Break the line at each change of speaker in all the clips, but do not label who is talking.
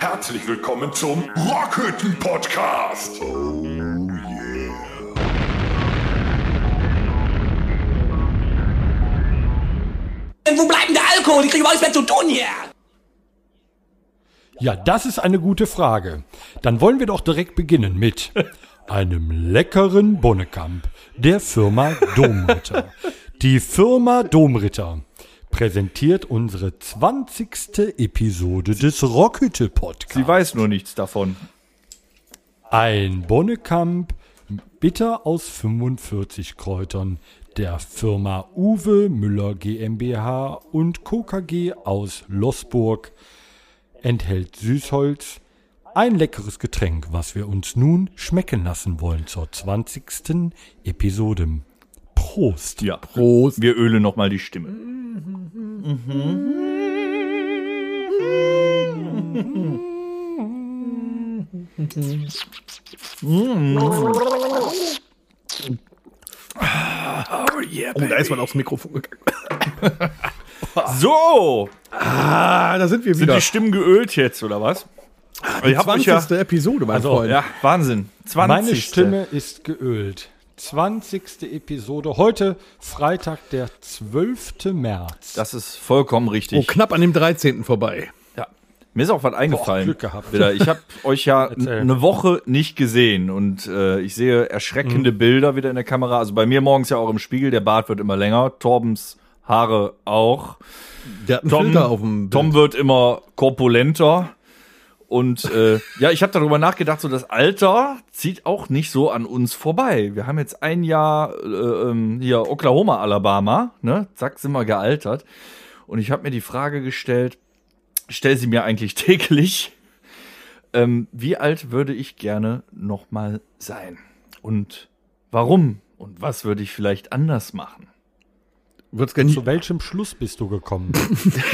Herzlich willkommen zum Rockhütten Podcast. Oh yeah.
Wo bleibt denn der Alkohol? Ich kriege überhaupt nichts mehr zu tun hier.
Ja, das ist eine gute Frage. Dann wollen wir doch direkt beginnen mit einem leckeren Bonnekamp der Firma Domritter. Die Firma Domritter präsentiert unsere 20. Episode des Rockhütte
Sie
Podcasts.
weiß nur nichts davon.
Ein Bonnekamp bitter aus 45 Kräutern der Firma Uwe Müller GmbH und Co. KG aus Losburg enthält Süßholz, ein leckeres Getränk, was wir uns nun schmecken lassen wollen zur 20. Episode. Prost!
Ja. Prost. Wir ölen nochmal die Stimme.
Oh, da ist man aufs Mikrofon gegangen.
So,
Ah, da sind wir
sind
wieder.
die Stimmen geölt jetzt, oder was?
Ah,
Ich hab mich
20.
ja, Oh,
Episode, mein
Also,
Freund.
ja, Wahnsinn. 20.
Meine Stimme ist geölt. 20. Episode. Heute Freitag, der 12. März.
Das ist vollkommen richtig.
Oh, knapp an dem 13. vorbei.
Ja. Mir ist auch was eingefallen.
Glück gehabt.
Wieder. Ich habe euch ja n- eine Woche nicht gesehen und äh, ich sehe erschreckende
Mhm.
Bilder wieder in der Kamera. Also bei mir morgens ja auch im Spiegel, der Bart wird immer länger, Torbens Haare auch.
Der hat einen Filter auf dem
Tom wird immer korpulenter. Und äh, ja, ich habe darüber nachgedacht, so das Alter zieht auch nicht so an uns vorbei. Wir haben jetzt ein Jahr äh, ähm, hier Oklahoma, Alabama, ne? Zack, sind wir gealtert. Und ich habe mir die Frage gestellt, stell sie mir eigentlich täglich, ähm, wie alt würde ich gerne nochmal sein? Und warum? Und was würde ich vielleicht anders machen?
wird's gar nicht.
Zu welchem Schluss bist du gekommen?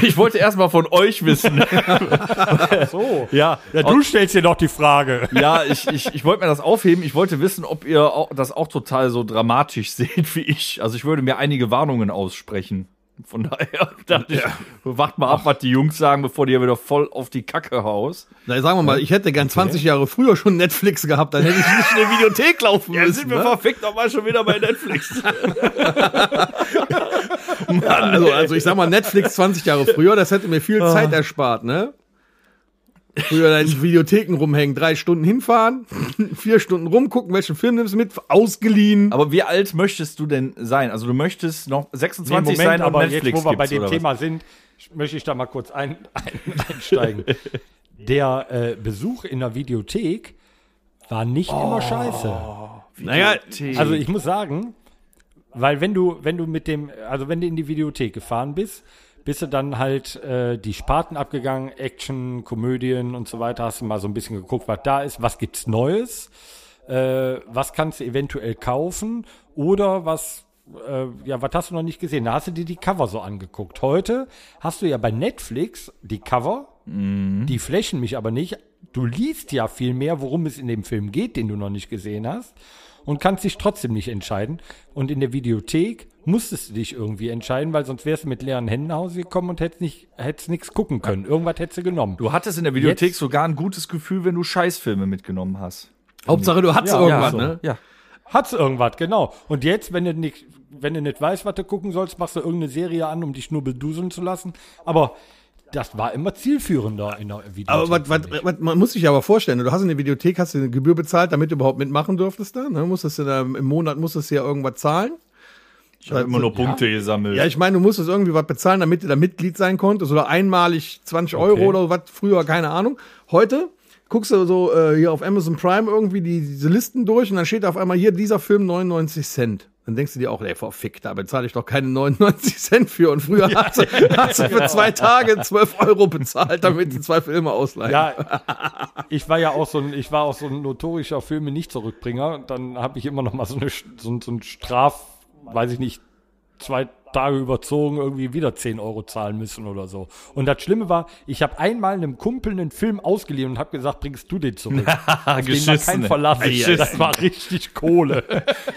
Ich wollte erstmal von euch wissen,
so.
Oh. Ja,
du stellst dir doch die Frage.
ja, ich, ich, ich wollte mir das aufheben. Ich wollte wissen, ob ihr au- das auch total so dramatisch seht wie ich. Also ich würde mir einige Warnungen aussprechen. Von daher dachte ich, wart mal ab, was die Jungs sagen, bevor die ja wieder voll auf die Kacke haust.
Na, sagen wir mal, ich hätte gern 20 Jahre früher schon Netflix gehabt, dann hätte ich nicht in die Videothek laufen müssen. ne?
verfickt nochmal schon wieder bei Netflix.
also, also ich sag mal, Netflix 20 Jahre früher, das hätte mir viel Zeit erspart, ne? Früher da in Videotheken rumhängen, drei Stunden hinfahren, vier Stunden rumgucken, welchen Film nimmst du mit, ausgeliehen.
Aber wie alt möchtest du denn sein? Also du möchtest noch 26 sein und
aber
Netflix
jetzt, wo wir bei
gibt's,
dem
oder was?
Thema sind, möchte ich da mal kurz ein, ein, einsteigen. Der äh, Besuch in der Videothek war nicht
Oh.
immer scheiße.
naja,
Also ich muss sagen, weil wenn du, wenn du mit dem, also wenn du in die Videothek gefahren bist, bist du dann halt äh, die Sparten abgegangen, Action, Komödien und so weiter, hast du mal so ein bisschen geguckt, was da ist, was gibt's Neues, äh, was kannst du eventuell kaufen oder was, äh, ja, was hast du noch nicht gesehen? Da hast du dir die Cover so angeguckt. Heute hast du ja bei Netflix die Cover, die flächen mich aber nicht. Du liest ja viel mehr, worum es in dem Film geht, den du noch nicht gesehen hast und kannst dich trotzdem nicht entscheiden. Und in der Videothek musstest du dich irgendwie entscheiden, weil sonst wärst du mit leeren Händen nach Hause gekommen und hättest nicht, hättest nichts gucken können. Irgendwas hättest du genommen.
du hattest in der Videothek
Jetzt-
sogar ein gutes Gefühl, wenn du Scheißfilme mitgenommen hast.
Hauptsache du hattest
Ja,
irgendwas,
so.
ne?
ja.
Hat's irgendwas, genau. Und jetzt, wenn du nicht, wenn du nicht weißt, was du gucken sollst, machst du irgendeine Serie an, um dich nur beduseln zu lassen. Aber das war immer zielführender in der Videothek.
Aber was, was, was, man muss sich aber vorstellen, du hast in der Videothek, hast du eine Gebühr bezahlt, damit du überhaupt mitmachen durftest da. Ne? Musstest du da, Im Monat musstest du ja irgendwas zahlen.
Ich habe immer nur Punkte gesammelt.
Ja, ich meine, du musstest irgendwie was bezahlen, damit du da Mitglied sein konntest. Oder einmalig 20 Euro
Okay.
oder was früher, keine Ahnung. Heute guckst du so äh, hier auf Amazon Prime irgendwie die, diese Listen durch und dann steht auf einmal hier dieser Film 99 Cent. Dann denkst du dir auch, ey, verfickt, da bezahle ich doch keine 99 Cent für. Und früher hast, du, hast du für zwei Tage 12 Euro bezahlt, damit du zwei Filme ausleihen.
Ja, ich war ja auch so ein, ich war auch so ein notorischer Filme nicht zurückbringer. Dann habe ich immer noch mal so eine Sch- so, ein- so ein Straf, weiß ich nicht, zwei Tage überzogen irgendwie wieder 10 Euro zahlen müssen oder so. Und das Schlimme war, ich habe einmal einem Kumpel einen Film ausgeliehen und habe gesagt, bringst du den zurück. Auf den war
Geschissen,
kein
ey.
Verlass.
Geschissen.
Das war richtig Kohle.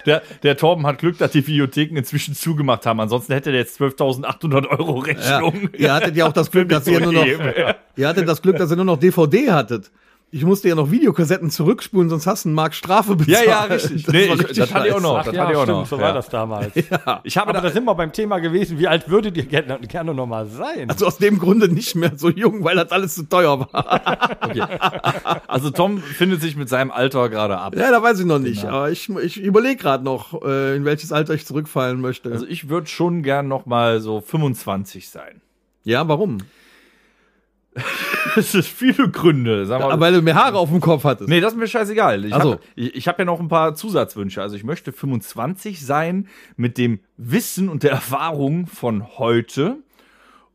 Der, der Torben hat Glück, dass die Videotheken inzwischen zugemacht haben. Ansonsten hätte der jetzt 12.800 Euro
Ja.
Rechnung.
Ihr hattet ja auch das Glück, dass ihr nur noch,
Eben, ja.
ihr hattet das Glück, dass ihr nur noch DVD hattet. Ich musste ja noch Videokassetten zurückspulen, sonst hast du einen Mark Strafe
Ja,
bezahlt.
ja, richtig.
Das,
Nee,
war
ich-
richtig
das hatte ich auch
scheiße.
noch. das hatte ich auch
stimmt,
noch.
so war
Ja.
das damals.
Ich habe
Aber
da,
da sind wir beim Thema gewesen, wie alt würdet ihr gerne, gerne nochmal sein?
Also aus dem Grunde nicht mehr so jung, weil das alles zu teuer war.
also Tom findet sich mit seinem Alter gerade ab.
Ja, da weiß ich noch nicht. Aber ich, ich überlege gerade noch, äh, in welches Alter ich zurückfallen möchte.
Also ich würde schon gern noch mal so 25 sein.
ja, warum?
Das ist viele Gründe, sag mal.
Aber weil du mir Haare auf dem Kopf hattest.
Nee, das ist mir scheißegal. Ich
Ach so.
habe ich, ich hab ja noch ein paar Zusatzwünsche. Also ich möchte 25 sein mit dem Wissen und der Erfahrung von heute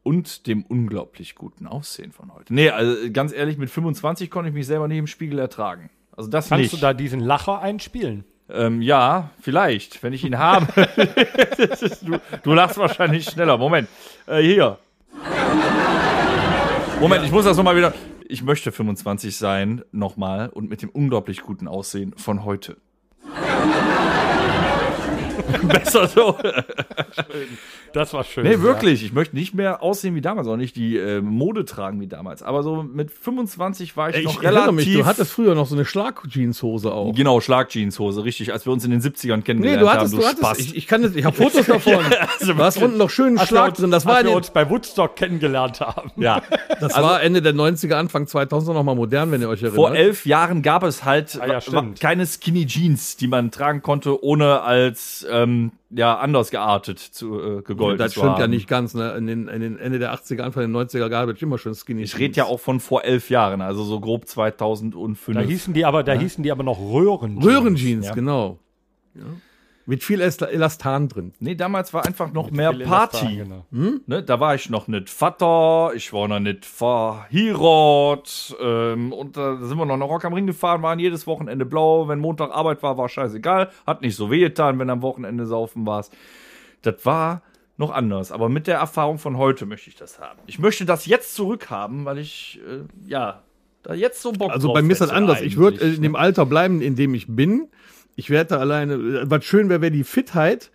und dem unglaublich guten Aussehen von heute. Nee, also ganz ehrlich, mit 25 konnte ich mich selber nicht im Spiegel ertragen. Also das
Kannst
nicht.
du da diesen Lacher einspielen?
Ähm, ja, vielleicht, wenn ich ihn habe. Das ist- du, du lachst wahrscheinlich schneller. Moment, äh, hier. Moment, ich muss das nochmal wieder. Ich möchte 25 sein, nochmal, und mit dem unglaublich guten Aussehen von heute. Besser so.
Das war schön.
Nee, wirklich. Ich möchte nicht mehr aussehen wie damals, auch nicht die äh, Mode tragen wie damals. Aber so mit 25 war ich,
ich
noch
erinnere
relativ.
mich, du hattest früher noch so eine Schlagjeanshose auf.
genau, Schlagjeanshose, richtig, als wir uns in den 70ern kennengelernt haben. Spast.
ich, ich kann das, ich habe Fotos davon.
also
du hast unten noch schönen
Als wir
Schlag
uns,
drin. Das war,
als
in
wir
den,
uns bei Woodstock kennengelernt haben.
Ja,
das war Ende der 90er, Anfang 2000 noch mal modern, wenn ihr euch erinnert.
Also vor elf Jahren gab es halt
ne? Ah, ja,
wa-
stimmt.
keine Skinny Jeans, die man tragen konnte, ohne als ähm, ja anders geartet zu äh, gegolten
das
zu
stimmt ja
haben.
nicht ganz. Ne? In, den, in den Ende der 80er, Anfang der 90er gab es immer schön Skinny.
Ich rede ja auch von vor elf Jahren, also so grob 2005.
Da hießen die aber, da hießen die aber noch Röhren.
Röhrenjeans,
Ja.
genau. Ja. Mit viel Esta- Elastan drin.
nee, damals war einfach noch mehr
Party.
Party. Ne, da war ich noch nicht Vater, ich war noch nicht verheiratet. Ähm, und da sind wir noch nach Rock am Ring gefahren, waren jedes Wochenende blau. Wenn Montag Arbeit war, war scheißegal. Hat nicht so wehgetan, wenn am Wochenende saufen warst. Das war noch anders. Aber mit der Erfahrung von heute möchte ich das haben. Ich möchte das jetzt zurückhaben, weil ich, äh, ja, da jetzt so Bock
Also
drauf
bei mir ist das
hätte
anders. Ich äh, würde
eigentlich, ne?
in dem Alter bleiben, in dem ich bin. Ich werde da alleine. äh, Was schön wäre, wäre die Fitheit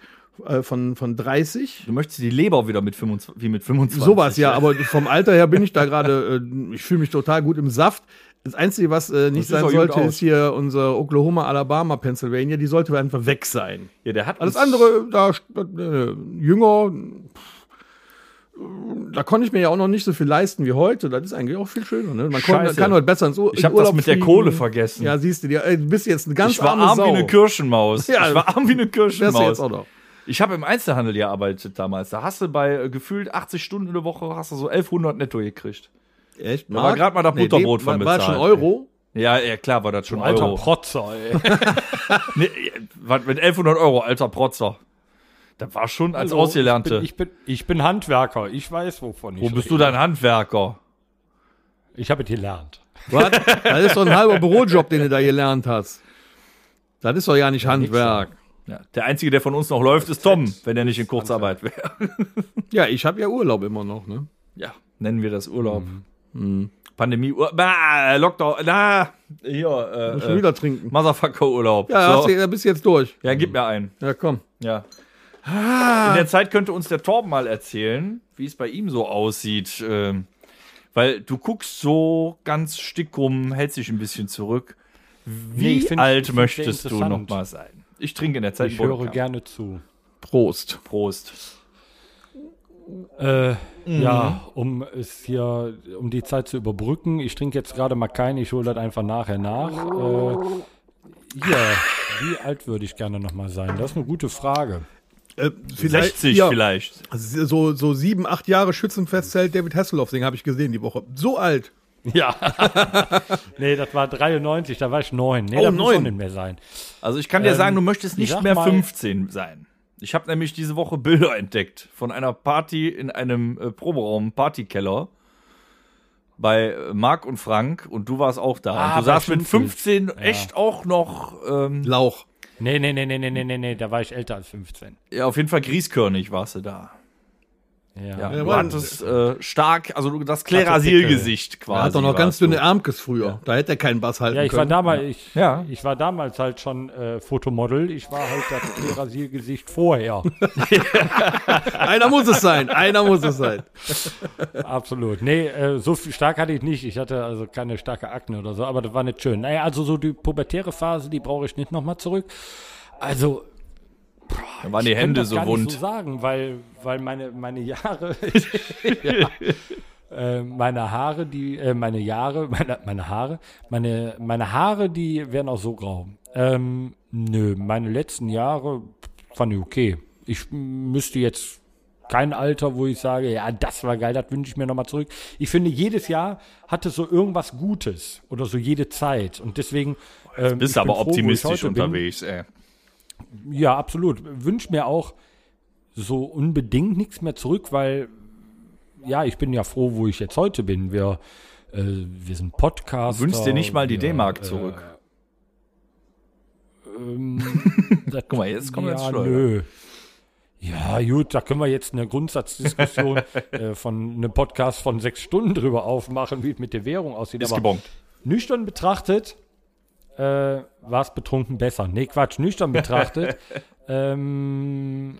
äh, von, von 30.
Du möchtest die Leber wieder mit 25, wie mit 25.
Sowas, ja, aber vom Alter her bin ich da gerade, äh, ich fühle mich total gut im Saft. Das Einzige, was äh, nicht
Das sieht
sein
auch
sollte,
gut aus.
ist hier unser Oklahoma, Alabama, Pennsylvania. Die sollte einfach weg sein.
Ja, der hat
Alles
uns-
andere, da äh, jünger, pff, da konnte ich mir ja auch noch nicht so viel leisten wie heute. Das ist eigentlich auch viel schöner. Ne? Man kann,
Scheiße.
kann heute besser ins U
Ich hab das mit der Kohle vergessen.
Ja, siehst du, dir, ey, du bist jetzt eine ganz
Ich war
arme
arm
Sau.
wie eine Kirschenmaus.
Ja,
ich war arm wie eine
Wärst du
Kirschenmaus.
jetzt auch noch.
Ich habe im Einzelhandel gearbeitet damals. Da hast du bei äh, gefühlt 80 Stunden in der Woche hast du so 1100 netto gekriegt.
Echt?
war grad mal das
Nee,
Butterbrot
die-
von
War war schon
bezahlt.
Euro?
Ja, ja klar war das schon
Alter
Euro.
Protzer, ey.
nee, äh, was mit 1100 Euro, alter Protzer. Das war schon als
Also,
Hallo,
Ausgelernte.
Ich bin, ich, bin, ich bin Handwerker. Ich weiß, wovon ich
Wo bist du dein Handwerker?
Ich habe es gelernt.
Was? Also Das ist doch ein halber Bürojob, den du da gelernt hast. Das ist doch ja nicht Handwerk.
Ja, der einzige, der von uns noch läuft, ist Tom, wenn er nicht in Kurzarbeit wäre.
Ja, ich habe ja Urlaub immer noch, ne?
Ja, nennen wir das Urlaub.
Mhm.
Mhm. Pandemie, Ur bah, Lockdown, na, hier,
Schon
äh, äh,
wieder trinken.
Motherfucker-Urlaub.
Ja,
So.
hast du, da bist du jetzt durch.
ja, gib mir einen.
Ja, komm.
Ja.
Ah.
In der Zeit könnte uns der Torben mal erzählen, wie es bei ihm so aussieht. Ähm, weil du guckst so ganz stickum, hältst dich ein bisschen zurück.
Nee,
Wie
ich find's- ich
alt
find's
möchtest
sehr
du
interessant.
noch mal sein? Ich trinke in der Zeit
Ich
einen
höre
Wodka.
gerne zu.
Prost.
Prost.
Äh, Ja, um es hier, um die Zeit zu überbrücken. Ich trinke jetzt gerade mal keinen, ich hole das einfach nachher nach. Äh, hier, wie alt würde ich gerne nochmal sein? Das ist eine gute Frage.
Äh,
60
ja,
vielleicht.
also So, so sieben, acht Jahre Schützenfestzelt David Hasselhoff singen habe ich gesehen die Woche. So alt.
Ja. nee, das war 93, da war ich neun. Nee,
Oh,
das muss auch
neun.
nicht mehr sein.
Also ich kann dir sagen, du möchtest nicht
Ähm, sag
mehr
mal-
15 sein. Ich habe nämlich diese Woche Bilder entdeckt von einer Party in einem äh, Proberaum, Partykeller bei äh, Marc und Frank und du warst auch da.
Ah,
und du
bei
sahst mit
15.
15 echt auch noch, ähm,
Lauch.
Nee, nee, nee, nee, nee, nee, nee, nee, da war ich älter als 15.
ja, auf jeden Fall grieskörnig warst du da. Ja,
Ja,
du
weil-
hattest äh, stark, also du- das
Klaerasil-Gesicht
Klerasil-Gesicht
Er
quasi.
hat doch noch ganz
warst du.
dünne Armkes früher. Da hätte er keinen Bass halten
Ja, ich war,
können.
damals, ich,
Ja.
ich war damals halt schon äh, Fotomodel. Ich war halt das Rasiergesicht vorher.
Einer muss es sein. Einer muss es sein.
Absolut. Nee, äh, so viel stark hatte ich nicht. Ich hatte also keine starke Akne oder so, aber das war nicht schön. Naja, also so die pubertäre Phase, die brauche ich nicht nochmal zurück. Also,
Da waren die
ich kann
Hände
das
so
gar
wund.
Nicht so sagen, weil, weil meine, meine Jahre, ja, äh, meine Haare, die, äh, meine Jahre, meine, meine Haare, meine, meine Haare, die werden auch so grau. Ähm, nö, meine letzten Jahre fand ich okay. Ich müsste jetzt kein Alter, wo ich sage, ja, das war geil, das wünsche ich mir nochmal zurück. Ich finde, jedes Jahr hatte so irgendwas Gutes oder so jede Zeit. Und deswegen. Ähm,
Bist
ich bin
aber
froh, wo ich
optimistisch
heute bin.
unterwegs, ey.
Ja, absolut. Wünsch mir auch so unbedingt nichts mehr zurück, weil ja, ich bin ja froh, wo ich jetzt heute bin. Wir, äh, wir sind Podcast.
Wünschst dir nicht mal die D-Mark
zurück.
zurück.
Das,
Guck mal, jetzt kommen wir ins
ja,
Schleudern.
nö. Ja, gut, da können wir jetzt eine Grundsatzdiskussion äh, von einem Podcast von sechs Stunden drüber aufmachen, wie es mit der Währung aussieht.
Ist
Aber
gebongt.
nüchtern betrachtet äh, war es betrunken besser. Nee, Quatsch, nüchtern betrachtet ähm,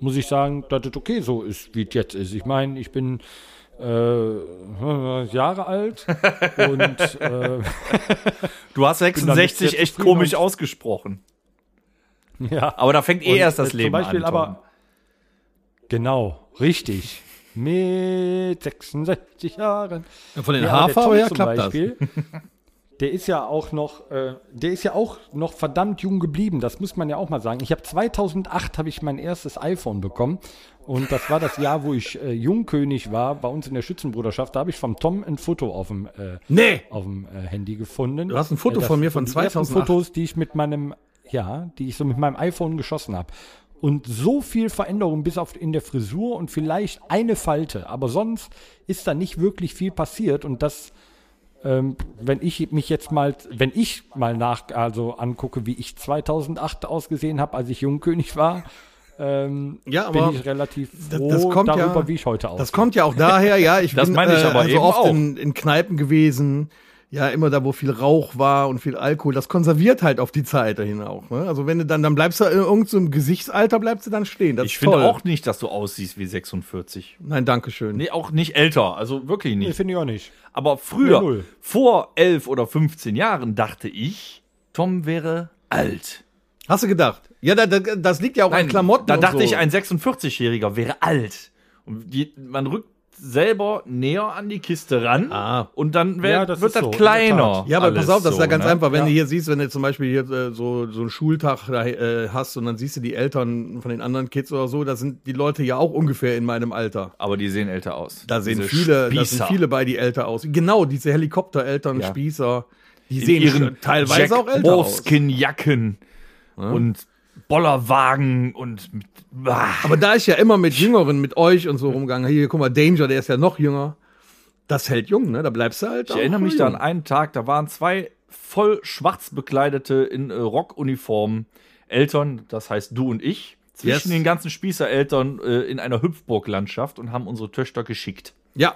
muss ich sagen, dass es okay so ist, wie es jetzt ist. Ich meine, ich bin äh, Jahre alt und äh,
Du hast
damit
66
sehr
echt
zufrieden
komisch
und-
ausgesprochen.
ja.
Aber da fängt eh
Und,
erst
äh,
das
zum
Leben
Beispiel
an.
aber-
Tom.
Genau, richtig. Mit 66 Jahren.
Von den
Ja, aber der
Haarfarbe
Tom
her
zum
klappt
Beispiel, Der ist ja auch noch, äh, der ist ja auch noch verdammt jung geblieben. Das muss man ja auch mal sagen. Ich habe 2008 habe ich mein erstes iPhone bekommen und das war das Jahr, wo ich äh, Jungkönig war bei uns in der Schützenbruderschaft. Da habe ich vom Tom ein Foto auf dem äh,
Nee.
auf dem äh, Handy gefunden. Äh,
Du hast ein Foto
das
von mir
sind
von
die ersten
2008.
Fotos, die ich mit meinem, ja, die ich so mit meinem iPhone geschossen habe. Und so viel Veränderung bis auf in der Frisur und vielleicht eine Falte. Aber sonst ist da nicht wirklich viel passiert. Und das, ähm, wenn ich mich jetzt mal, wenn ich mal nach, also angucke, wie ich 2008 ausgesehen habe, als ich Jungkönig war, ähm,
Ja, aber
bin ich relativ
das-
froh
das kommt ja-
darüber, wie ich heute
Das
aussehe.
kommt ja auch daher, ja, ich
Das
bin
meine ich aber
also
eben
oft
auch.
In, in Kneipen gewesen, ja, immer da, wo viel Rauch war und viel Alkohol, das konserviert halt auf die Zeit dahin auch. Ne? Also wenn du dann, dann bleibst du in irgendeinem Gesichtsalter, bleibst du dann stehen. Das
Ich
ist
finde
toll.
auch nicht, dass du aussiehst wie 46.
Nein, danke schön.
Nee, auch nicht älter. Also wirklich
Nee,
nicht.
finde ich auch nicht.
Aber früher,
Nee, null.
vor 11 oder 15 Jahren, dachte ich, Tom wäre alt.
Hast du gedacht? Ja, da, da, das liegt ja auch an Klamotten
Da
und
dachte
so.
ich, ein 46-Jähriger wäre alt. Und die, man rückt selber näher an die Kiste ran
Ah.
und dann wär,
Ja, das
das wird
ist
das
so, in der
kleiner.
Tat.
Ja, aber
alles
pass auf, das ist ja
so,
ganz
ne?
einfach. Wenn du hier siehst, wenn du zum Beispiel hier äh, so, so einen Schultag da, äh, hast und dann siehst du die Eltern von den anderen Kids oder so, da sind die Leute ja auch ungefähr in meinem Alter.
Aber die sehen älter aus.
Da sehen
Diese
viele, da sind
Spießer.
viele bei die älter aus. Genau, diese Helikoptereltern,
Ja.
Spießer, die
in
sehen
ihren
schon teilweise
Jack
auch älter aus.
Wolfskin-Jacken und Bollerwagen und mit, Ah.
Aber da ich ja immer mit Jüngeren, mit euch und so rumgegangen, hier, guck mal, Danger, der ist ja noch jünger. Das hält jung, ne? Da bleibst du halt
Ich erinnere mich da an einen Tag, da waren zwei voll schwarz bekleidete in äh, Rockuniformen Eltern, das heißt du und ich, zwischen
Yes.
den ganzen Spießereltern äh, in einer Hüpfburglandschaft und haben unsere Töchter geschickt.
Ja.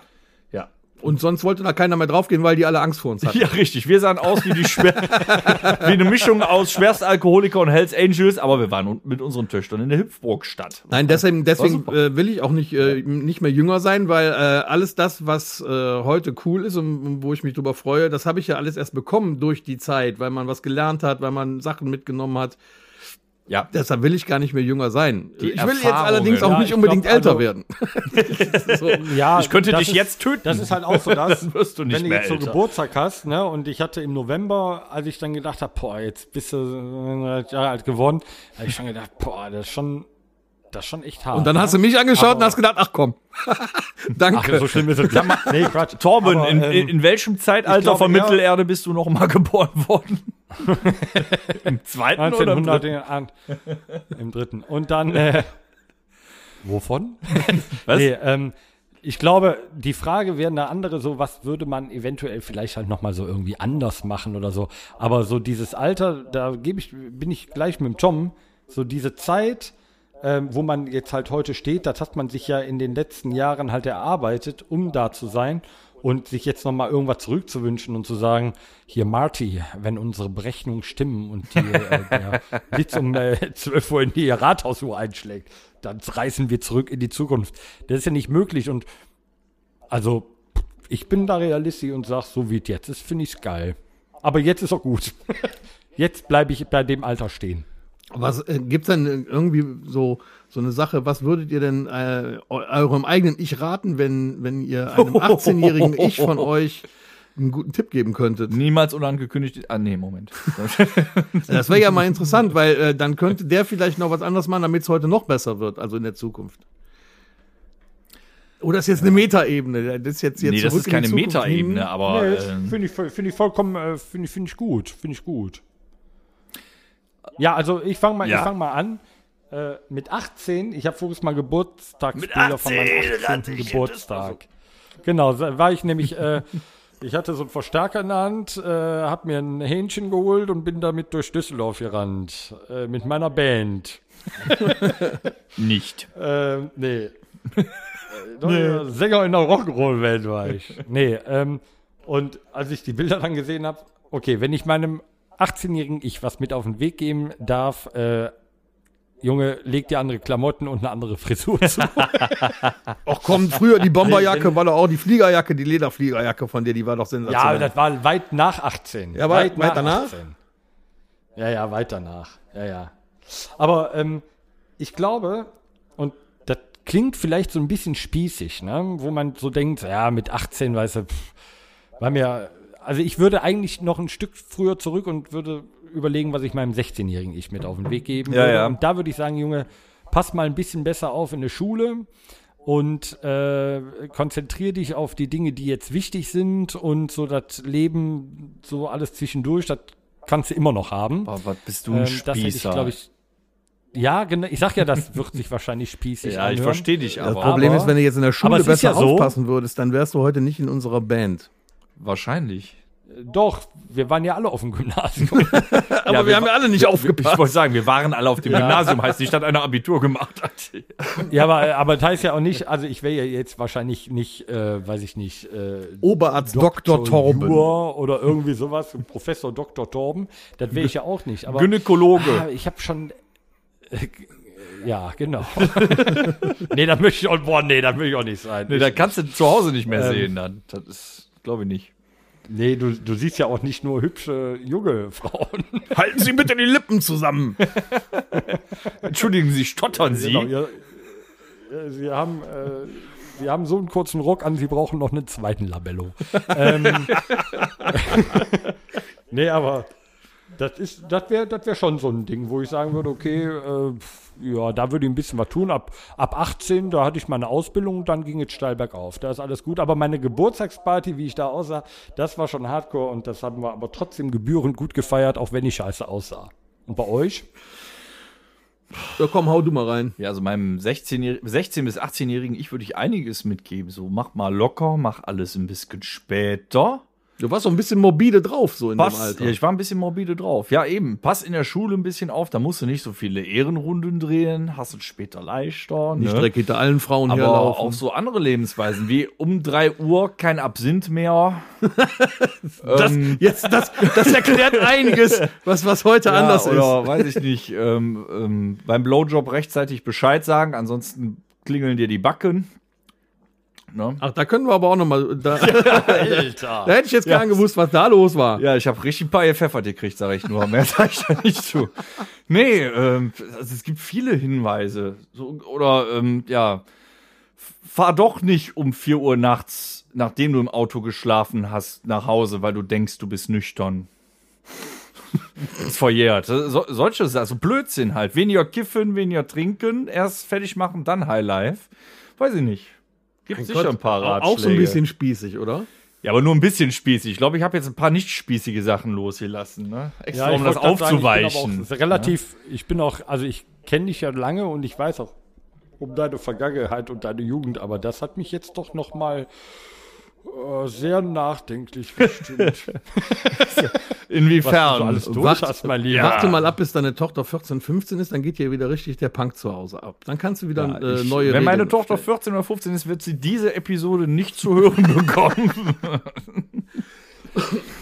Ja.
Und sonst wollte da keiner mehr draufgehen, weil die alle Angst vor uns hatten.
Ja, richtig. Wir sahen aus wie, die Schwer wie eine Mischung aus Schwerstalkoholiker und Hells Angels, aber wir waren un- mit unseren Töchtern in der Hüpfburgstadt.
Nein, deswegen, deswegen
super.
äh, will ich auch nicht, äh, nicht mehr jünger sein, weil äh, alles das, was äh, heute cool ist und wo ich mich drüber freue, das habe ich ja alles erst bekommen durch die Zeit, weil man was gelernt hat, weil man Sachen mitgenommen hat.
Ja.
Deshalb will ich gar nicht mehr jünger sein.
Die
ich will jetzt
Erfahrungen.
allerdings auch
Ja,
nicht
ich
unbedingt
glaub,
älter
also-
werden.
Ja,
Ich könnte
das
dich
ist,
jetzt töten.
Das ist halt auch so das,
Dann wirst du nicht
wenn du
mehr
jetzt so
älter.
Geburtstag hast, ne? Und ich hatte im November, als ich dann gedacht habe, boah, jetzt bist du äh, Jahre alt geworden, habe ich schon gedacht, boah, das ist schon, das ist schon echt hart.
Und dann
ne?
hast du mich angeschaut und hast gedacht, ach komm. Danke.
Ach, so schlimm ist es. Ja, ma- nee, Quatsch.
Torben,
Aber,
in,
ähm,
in, in welchem Zeitalter
ich glaube,
von
ja.
Mittelerde bist du noch mal geboren worden? Im zweiten oder im
1900
dritten?
in, an, im dritten. Und dann, äh, wovon?
Was?
Nee, ähm, ich glaube, die Frage wäre eine andere, so was würde man eventuell vielleicht halt nochmal so irgendwie anders machen oder so. Aber so dieses Alter, da gebe ich, bin ich gleich mit dem Tom, so diese Zeit, ähm, wo man jetzt halt heute steht, das hat man sich ja in den letzten Jahren halt erarbeitet, um da zu sein und sich jetzt nochmal irgendwas zurückzuwünschen und zu sagen, hier Marty, wenn unsere Berechnungen stimmen und die, äh, der Blitz um äh, 12 Uhr in die Rathausuhr einschlägt, dann reißen wir zurück in die Zukunft. Das ist ja nicht möglich und also ich bin da realistisch und sag, so wie es jetzt ist, finde ich's geil. Aber jetzt ist auch gut. Jetzt bleibe ich bei dem Alter stehen.
Was äh, gibt's denn irgendwie so so eine Sache? Was würdet ihr denn äh, eu- eurem eigenen Ich raten, wenn wenn ihr einem 18-jährigen Ich von euch einen guten Tipp geben könntet?
Niemals unangekündigt. Ah, nee, Moment.
Das wäre ja mal interessant, weil äh, dann könnte der vielleicht noch was anderes machen, damit es heute noch besser wird, also in der Zukunft. Oder ist jetzt eine Metaebene? Das ist jetzt jetzt
Äh. nee, das ist
zurück in die
keine
Zukunft Hm? hin.
Metaebene, aber
Nee,
ähm,
finde ich, voll- finde ich vollkommen, äh, finde ich, finde ich gut, finde ich gut. Ja, also ich fange mal, ich
Ja.
fang mal an. Äh, mit 18, ich habe voriges Mal Geburtstagsbilder von meinem 18. Geburtstag. Genau, da war ich nämlich, äh, ich hatte so einen Verstärker in der Hand, äh, habe mir ein Hähnchen geholt und bin damit durch Düsseldorf gerannt. Äh, mit meiner Band.
nicht.
Ähm, nee. Äh, doch, ja, Sänger in der Rock'n'Roll-Welt war ich. Nee, ähm, und als ich die Bilder dann gesehen habe, okay, wenn ich meinem 18-jährigen Ich was mit auf den Weg geben darf, äh, Junge, leg dir andere Klamotten und eine andere Frisur zu.
Ach komm, früher die Bomberjacke war doch auch die Fliegerjacke, die Lederfliegerjacke von dir, die war doch sensationell.
ja, das war weit nach 18.
Ja, war- weit danach?
18. Ja, ja, weit danach. Ja, ja. Aber ähm, ich glaube, und das klingt vielleicht so ein bisschen spießig, ne? wo man so denkt, ja, mit 18, weißt du, pff, war mir, also ich würde eigentlich noch ein Stück früher zurück und würde überlegen, was ich meinem 16-jährigen Ich mit auf den Weg geben
Ja,
würde.
ja.
Und da würde ich sagen, Junge, pass mal ein bisschen besser auf in der Schule und äh, konzentrier dich auf die Dinge, die jetzt wichtig sind und so das Leben, so alles zwischendurch, das kannst du immer noch haben.
Boah, was bist du
Ähm,
ein
das hätte ich,
Spießer?
glaube ich. Ja, genau. Ich sag ja, das wird sich wahrscheinlich spießig
ja, ich
anhören.
verstehe dich,
das
aber
Problem ist, wenn du jetzt in der
Aber
Schule
es ist
besser
ja so-
aufpassen würdest, dann wärst du heute nicht in unserer Band.
wahrscheinlich.
Doch, wir waren ja alle auf dem Gymnasium.
Aber wir, haben ja alle nicht
Ich wollte sagen, wir waren alle auf dem Gymnasium, heißt nicht, dass einer Abitur gemacht hat.
ja, aber, aber das heißt ja auch nicht, also ich wäre ja jetzt wahrscheinlich nicht, äh, weiß ich nicht, äh,
Oberarzt Dr. Torben.
Jur oder irgendwie sowas, Professor Dr. Torben. Das wäre ich ja auch nicht. Aber
Gynäkologe.
Ah, ich habe schon. Äh, ja, genau. nee, das möchte ich auch, boah, nee, das will ich auch nicht sein.
Nee,
Ich-
da kannst du zu Hause nicht mehr sehen. Dann. Das ist, glaube ich, nicht.
nee du, du siehst ja auch nicht nur hübsche junge Frauen.
Halten Sie bitte die Lippen zusammen.
Entschuldigen Sie, stottern Sie.
Genau, ja, äh, sie haben. Äh, Sie haben so einen kurzen Rock an, Sie brauchen noch einen zweiten Labello. ähm, nee, aber das ist, das wäre, das wäre schon so ein Ding, wo ich sagen würde, okay, äh, pf, ja, da würde ich ein bisschen was tun. Ab, ab 18, da hatte ich meine Ausbildung und dann ging es steil bergauf. Da ist alles gut. Aber meine Geburtstagsparty, wie ich da aussah, das war schon hardcore und das haben wir aber trotzdem gebührend gut gefeiert, auch wenn ich scheiße aussah. Und bei euch?
Ja, komm, hau du mal rein.
Ja, also meinem 16, 16 bis 18-Jährigen, ich würde ich einiges mitgeben. So, mach mal locker, mach alles ein bisschen später.
Du warst so ein bisschen morbide drauf, so in dem
Pass,
Alter.
ja, ich war ein bisschen morbide drauf. Ja, eben, pass in der Schule ein bisschen auf, da musst du nicht so viele Ehrenrunden drehen, hast es später leichter.
nicht
ne?
direkt hinter allen Frauen
Aber
herlaufen.
auch so andere Lebensweisen, wie um 3 Uhr kein Absinth mehr.
Das, Ähm, jetzt, das, das erklärt einiges, was, was heute
Ja,
anders
oder
ist.
weiß ich nicht, ähm, ähm, beim Blowjob rechtzeitig Bescheid sagen, ansonsten klingeln dir die Backen. Ne?
Ach, da können wir aber auch nochmal. Da, da hätte ich jetzt gern gewusst, was da los war.
Ja, ich habe richtig ein paar Pfeffer gekriegt, sage ich nur. Mehr sage ich da nicht zu. Nee, ähm, also es gibt viele Hinweise. So, oder ähm, ja, f- fahr doch nicht um 4 Uhr nachts, nachdem du im Auto geschlafen hast, nach Hause, weil du denkst, du bist nüchtern. ist verjährt. So, solche Sachen, also Blödsinn halt. Weniger kiffen, weniger trinken, erst fertig machen, dann Highlife. Weiß ich nicht. Gibt sicher
Gott,
ein paar Ratschläge.
Auch so ein bisschen spießig, oder?
Ja, aber nur ein bisschen spießig. Ich glaube, ich habe jetzt ein paar nicht spießige Sachen losgelassen, ne? Extra, um
ich
das
wollte grad sagen,
aufzuweichen.
Ich bin aber auch relativ, ich bin auch, also ich kenne dich ja lange und ich weiß auch um deine Vergangenheit und deine Jugend, aber das hat mich jetzt doch noch mal Äh, sehr nachdenklich bestimmt.
Inwiefern?
alles durch
wart-
hast, mein Lieber.
Warte mal ab, bis deine Tochter 14, 15 ist, dann geht hier wieder richtig der Punk zu Hause ab. Dann kannst du wieder äh,
Ich-
neue
Wenn meine
Regeln
Tochter 14 oder 15 ist, wird sie diese Episode nicht zu hören bekommen.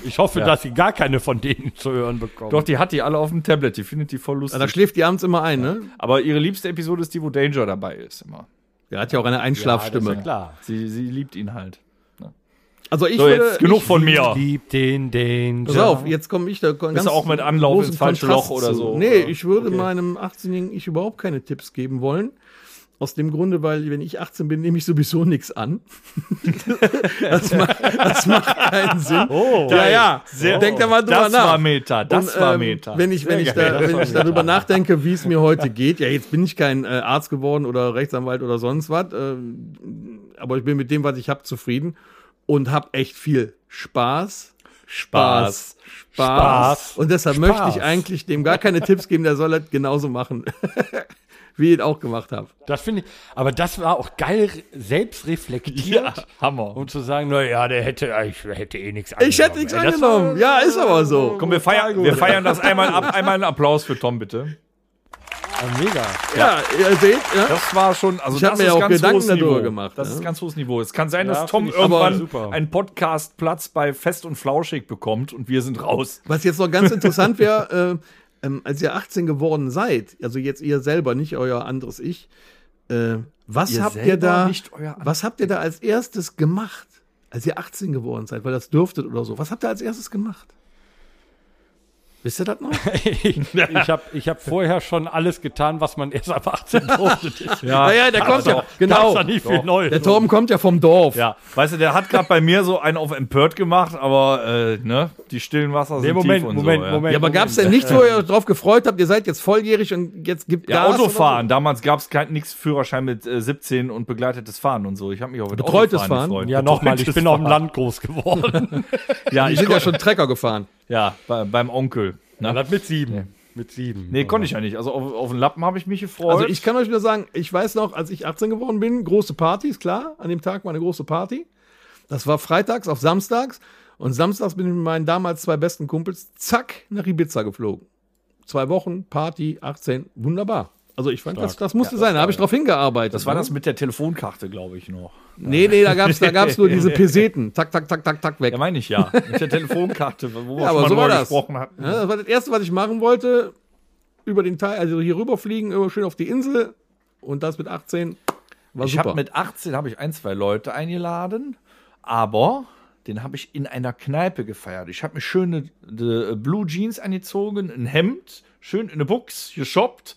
Ich hoffe, dass sie gar keine von denen zu hören bekommen.
Doch, die hat die alle auf dem Tablet. Die findet die voll
Ja,
lustig.
da schläft die abends immer ein, ne?
Aber ihre liebste Episode ist die, wo Danger dabei ist. Immer.
Der hat ja auch eine
das
Einschlafstimme.
ist ja klar.
Sie, sie liebt ihn halt.
also ich
So,
würde,
jetzt genug
ich,
von mir.
Lieb den Danger.
Pass auf, jetzt komme ich da ganz
du auch mit Anlauf
großen
ins falsche
Kontrast
Loch oder
zu.
so,
Nee,
oder?
ich würde meinem 18-jährigen Ich überhaupt keine Tipps geben wollen. Aus dem Grunde, weil wenn ich 18 bin, nehme ich sowieso nichts an. das, macht, das macht keinen Sinn.
Oh.
ja, ja.
Sehr-
Denk da mal drüber
das
nach.
war Meta. Das
Und,
war
ähm,
Meta.
Wenn ich, wenn ich, da, wenn ich darüber nachdenke, wie es mir heute geht, ja, jetzt bin ich kein äh, Arzt geworden oder Rechtsanwalt oder sonst was, äh, aber ich bin mit dem, was ich habe, zufrieden und habe echt viel Spaß. Spaß. Spaß.
Spaß.
Und deshalb
Spaß.
möchte ich eigentlich dem gar keine Tipps geben, der soll das genauso machen, wie ich es auch gemacht habe.
Das finde ich, aber das war auch geil selbst reflektiert,
Hammer.
um zu sagen, na ja, der hätte, ich hätte eh nichts
Ich hätte nichts
Ey, das
angenommen. Ja, ist aber so.
Komm, wir feiern, wir feiern das einmal ab. Einmal einen Applaus für Tom, bitte.
war mega.
ja, ihr seht, ja.
Das war schon, also
Ich hab
das
mir
ist
auch
ganz
Gedanken
hohes
darüber
Niveau.
gemacht,
Das
ne?
ist ganz hohes Niveau. Es kann sein, dass
Ja,
Tom
find ich aber
irgendwann
super.
einen Podcast-Platz bei Fest und Flauschig bekommt und wir sind raus.
Was jetzt noch ganz interessant wäre, äh, ähm, als ihr 18 geworden seid, also jetzt ihr selber, nicht euer anderes Ich, äh, was
Ihr
habt ihr
selber,
da,
nicht euer anderes
was habt ihr da als erstes gemacht, als ihr 18 geworden seid, weil das dürftet oder so? Was habt ihr als erstes gemacht? Wisst ihr das noch?
ich ich habe ich hab vorher schon alles getan, was man erst ab 18 durfte.
Ja,
der
kommt ja.
Da ist
genau.
ja nicht viel Neues.
Der Torben kommt ja vom Dorf.
Ja, weißt du, der hat gerade bei mir so einen auf empört gemacht, aber äh, ne, die stillen Wasser sind
Nee, Moment,
tief und
Moment,
so.
Moment.
Ja, aber gab es denn nichts, wo ihr euch drauf gefreut habt, ihr seid jetzt volljährig und jetzt gibt
Ja,
Gas oder
Autofahren. Damals gab es nichts Führerschein mit äh, 17 und begleitetes Fahren und so. Ich habe mich auf das
Betreutes Fahren?
gefreut.
Ja, nochmal, ich
Betreutes
bin auf dem
Fahren.
Land groß geworden.
Ja,
So? Die
ich
sind
kon-
ja schon Trecker gefahren.
ja bei, beim Onkel.
Ja,
Ne?
das mit sieben. Mit sieben.
Nee, konnte ich ja nicht. Also auf, auf den Lappen habe ich mich gefreut.
Also ich kann euch nur sagen, ich weiß noch, als ich 18 geworden bin, große Partys, klar, an dem Tag war eine große Party. Das war freitags auf samstags und samstags bin ich mit meinen damals zwei besten Kumpels zack nach Ibiza geflogen. Zwei Wochen, Party, 18, wunderbar. Also ich fand, das, das musste sein, da habe ich drauf hingearbeitet. ne?
das war das mit der Telefonkarte, glaube ich, noch.
Nee, nee, da gab es da gab's nur diese Peseten. Tak, tak, tak, tak, tak, weg.
Ja, meine ich ja. Mit der Telefonkarte, wo wir schon
Ja, aber
mal
so war
drüber
das.
gesprochen
Ja,
hatten.
das war das Erste, was ich machen wollte. Über den Teil, also hier rüberfliegen, immer schön auf die Insel. Und das mit 18 war
Ich
super.
habe mit 18 habe ich ein, zwei Leute eingeladen, aber den habe ich in einer Kneipe gefeiert. Ich habe mir schöne de, Blue Jeans angezogen, ein Hemd, schön in eine Buchs geshoppt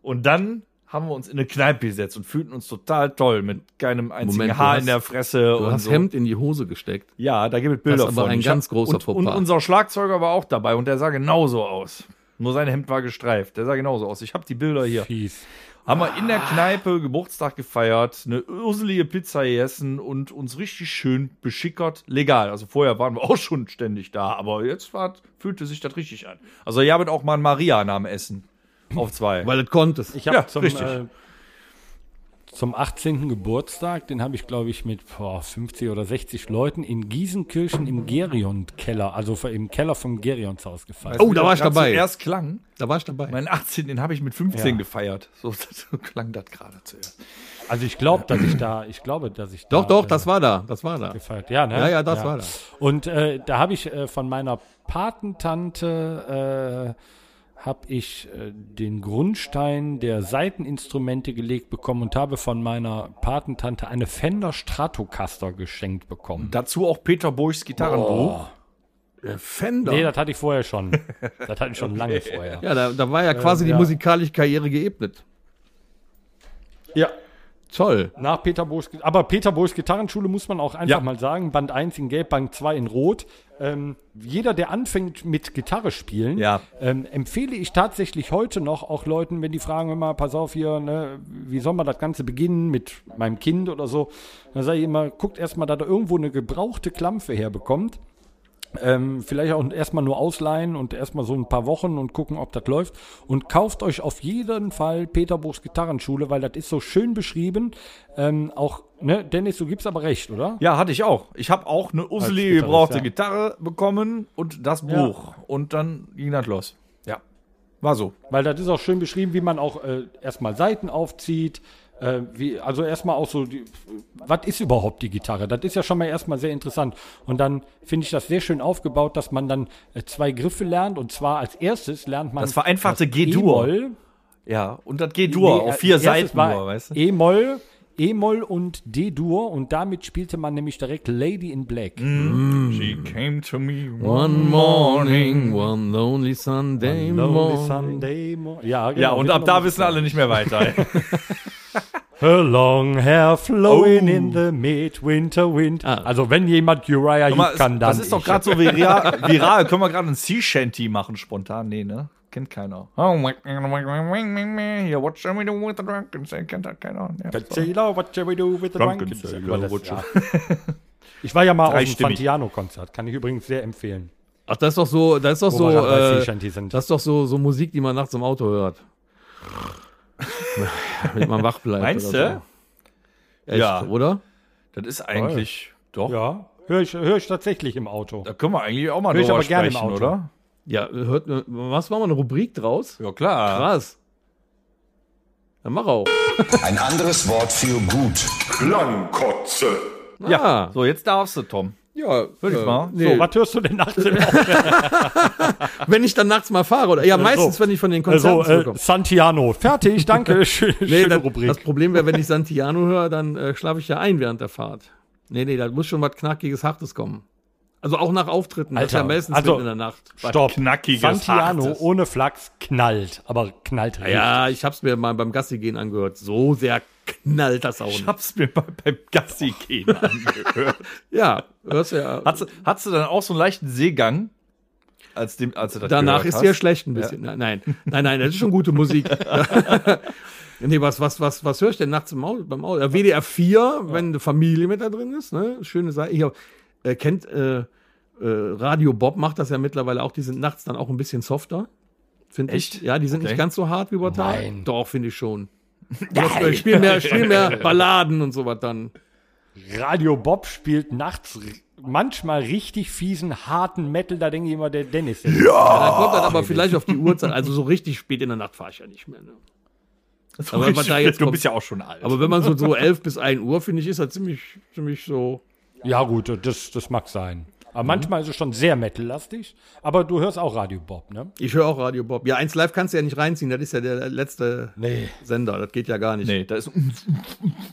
und dann haben wir uns in eine Kneipe gesetzt und fühlten uns total toll mit keinem einzigen
Moment, du
Haar
hast-
in der Fresse
Du
und
hast
so.
Hemd in die Hose gesteckt.
Ja, da gibt es Bilder
Das ist aber
von.
ein
Ich hab-
ganz großer
und, und
Fauxpas.
unser Schlagzeuger war auch dabei und der sah genauso aus. Nur sein Hemd war gestreift. Der sah genauso aus. Ich habe die Bilder hier.
Fies.
Haben wir in der Kneipe Geburtstag gefeiert, eine urselige Pizza gegessen und uns richtig schön beschickert. Legal. Also vorher waren wir auch schon ständig da, aber jetzt war, fühlte sich das richtig an. Also ihr habt auch mal einen Maria nach dem Essen. Auf zwei.
Weil du konntest.
Ich habe
Ja,
zum,
richtig.
äh, zum 18. Geburtstag, den habe ich, glaube ich, mit boah, 50 oder 60 Leuten in Giesenkirchen im Gerion-Keller, also im Keller vom Gerionshaus gefeiert.
Oh, da war ich
Grad
dabei.
Zuerst klang.
da war ich dabei.
Meinen 18, den habe ich mit 15
Ja.
gefeiert. So, so klang das gerade zuerst.
Also ich glaube, dass ich da, ich glaube, dass ich
doch,
da,
doch,
äh,
das war da. Das war da.
gefeiert. Ja, ne?
Ja, ja, das war das.
Und äh, da habe ich äh, von meiner Patentante äh, habe ich äh, den Grundstein der Saiteninstrumente gelegt bekommen und habe von meiner Patentante eine Fender Stratocaster geschenkt
Mhm.
bekommen.
Dazu auch Peter Burchs Gitarrenbuch.
Fender.
Nee, das hatte ich vorher schon. Das hatte ich schon lange vorher.
ja, da, da war ja quasi
ja.
die musikalische Karriere geebnet.
Ja.
Toll.
Nach Peter Boschs, aber Peter Boschs Gitarrenschule muss man auch einfach
Ja.
mal sagen, Band 1 in Gelb, Band 2 in Rot. Ähm, jeder, der anfängt mit Gitarre spielen,
Ja.
ähm, empfehle ich tatsächlich heute noch auch Leuten, wenn die fragen immer, pass auf hier, ne, wie soll man das Ganze beginnen mit meinem Kind oder so, dann sage ich immer, guckt erstmal, dass er irgendwo eine gebrauchte Klampfe herbekommt. Ähm, vielleicht auch erstmal nur ausleihen und erstmal so ein paar Wochen und gucken, ob das läuft. Und kauft euch auf jeden Fall Peter Bruchs Gitarrenschule, weil das ist so schön beschrieben. Ähm, auch, ne, Dennis, du gibst aber recht, oder?
Ja, hatte ich auch. Ich habe auch eine usselige
Gitarrist,
gebrauchte
ja.
Gitarre bekommen und das Buch. Und dann ging das los. Ja. War so.
Weil das ist auch schön beschrieben, wie man auch äh, erstmal Seiten aufzieht. Äh, wie, also erstmal auch so, die, was ist überhaupt die Gitarre? Das ist ja schon mal erstmal sehr interessant. Und dann finde ich das sehr schön aufgebaut, dass man dann äh, zwei Griffe lernt. Und zwar als erstes lernt man
Das vereinfachte
das
G-Dur.
E-Moll.
Ja. Und das G-Dur
Nee,
auf vier
als erstes
Seiten
war
nur, weißt du?
E-Moll, E-Moll und D-Dur und damit spielte man nämlich direkt Lady in Black.
Mhm. She came to me.
Mhm. One morning, one lonely Sunday
Lonely
morning.
Sunday Mo- Ja, genau.
Ja, und ab da wissen alle nicht mehr weiter.
Her long hair flowing
Oh.
in the midwinter wind. Also wenn jemand Uriah
Guck mal,
Heep kann, dann
das ist doch
ich.
gerade so viral. viral. Können wir gerade ein Sea Shanty machen spontan? Nee, ne? Kennt keiner. Oh my Here, what shall we do with the drunken sailor? Kennt halt keiner. Ja, so.
Sailor, what shall we do with the
Drunken
drunken sailor?
sailor,
Das-
what
ja. Ich war ja mal auf dem
Dreistimmig.
Fantiano-Konzert, kann ich übrigens sehr empfehlen.
Ach, das ist doch so, das ist doch so,
Wo wir gerade bei
äh,
Sea Shanty sind.
das ist doch so, so Musik, die man nachts im Auto hört. Damit man wach bleibt.
Meinst
oder
du?
So. Echt,
Ja.
oder?
Das ist eigentlich. Doch.
Ja, höre ich, hör ich tatsächlich im Auto.
Da können wir eigentlich auch mal
Hör ich
drüber
aber gerne im
sprechen,
Auto.
oder?
Ja, hört, was machen wir eine Rubrik draus?
Ja, klar.
Krass. Dann mach auch.
Ein anderes Wort für gut.
Klangkotze.
Ah.
Ja,
So, jetzt darfst du, Tom.
ja, würde
ich mal.
Nee.
Was hörst du denn nachts im Auto?
wenn ich dann nachts mal fahre oder ja, meistens, wenn ich von den Konzerten
Also, äh,
zurückkomme.
Santiano. Fertig, danke. Schöne, schöne
das,
Rubrik.
das Problem wäre, wenn ich Santiano höre, dann äh, schlafe ich ja ein während der Fahrt. Nee, nee, da muss schon was knackiges, hartes kommen. Also auch nach Auftritten, das ist
Alter,
ja meistens
also-
mitten in der Nacht.
Stopp.
Knackiges,
Santiano
Hartes.
ohne Flachs knallt, aber knallt richtig.
Ja, ich hab's mir mal beim Gassi gehen angehört. So sehr knallt das auch.
Ich
Nicht.
hab's mir mal beim Gassi gehen angehört.
Ja, hörst du ja.
Hattest du- hattest du dann auch so einen leichten Seegang? Als, dem, als du das
Danach
gehört
ist
hast?
dir schlecht ein bisschen. Nein, nein, nein, das ist schon gute Musik. nee, was, was, was, was höre ich denn nachts im Auto, beim Auto? Ja, WDR 4, wenn eine Familie mit da drin ist, ne? Schöne Sache. Hier, äh, kennt äh, äh, Radio Bob macht das ja mittlerweile auch, die sind nachts dann auch ein bisschen softer. Finde ich.
Echt?
Ja, die sind
Okay.
nicht ganz so hart wie über Tag.
Nein.
Doch, finde ich schon. Nein. Spiel mehr, spiel mehr Balladen und sowas dann.
Radio Bob spielt nachts r- manchmal richtig fiesen, harten Metal. Da denke ich immer, der Dennis. ist-
Oh,
Da kommt dann aber vielleicht auf die Uhrzeit. Also so richtig spät in der Nacht fahre ich ja nicht mehr. Ne?
So
Aber wenn man
richtig
da jetzt
du
kommt-
bist ja auch schon alt.
Aber wenn man so, so 11 bis 1 Uhr, finde ich, ist das ziemlich, ziemlich so.
Ja, gut, das, das mag sein. Aber manchmal ist es schon sehr metallastig. Aber du hörst auch Radio Bob, ne?
Ich höre auch Radio Bob. Ja, 1 Live kannst du ja nicht reinziehen, das ist ja der letzte
Nee.
Sender, das geht ja gar nicht.
nee, da ist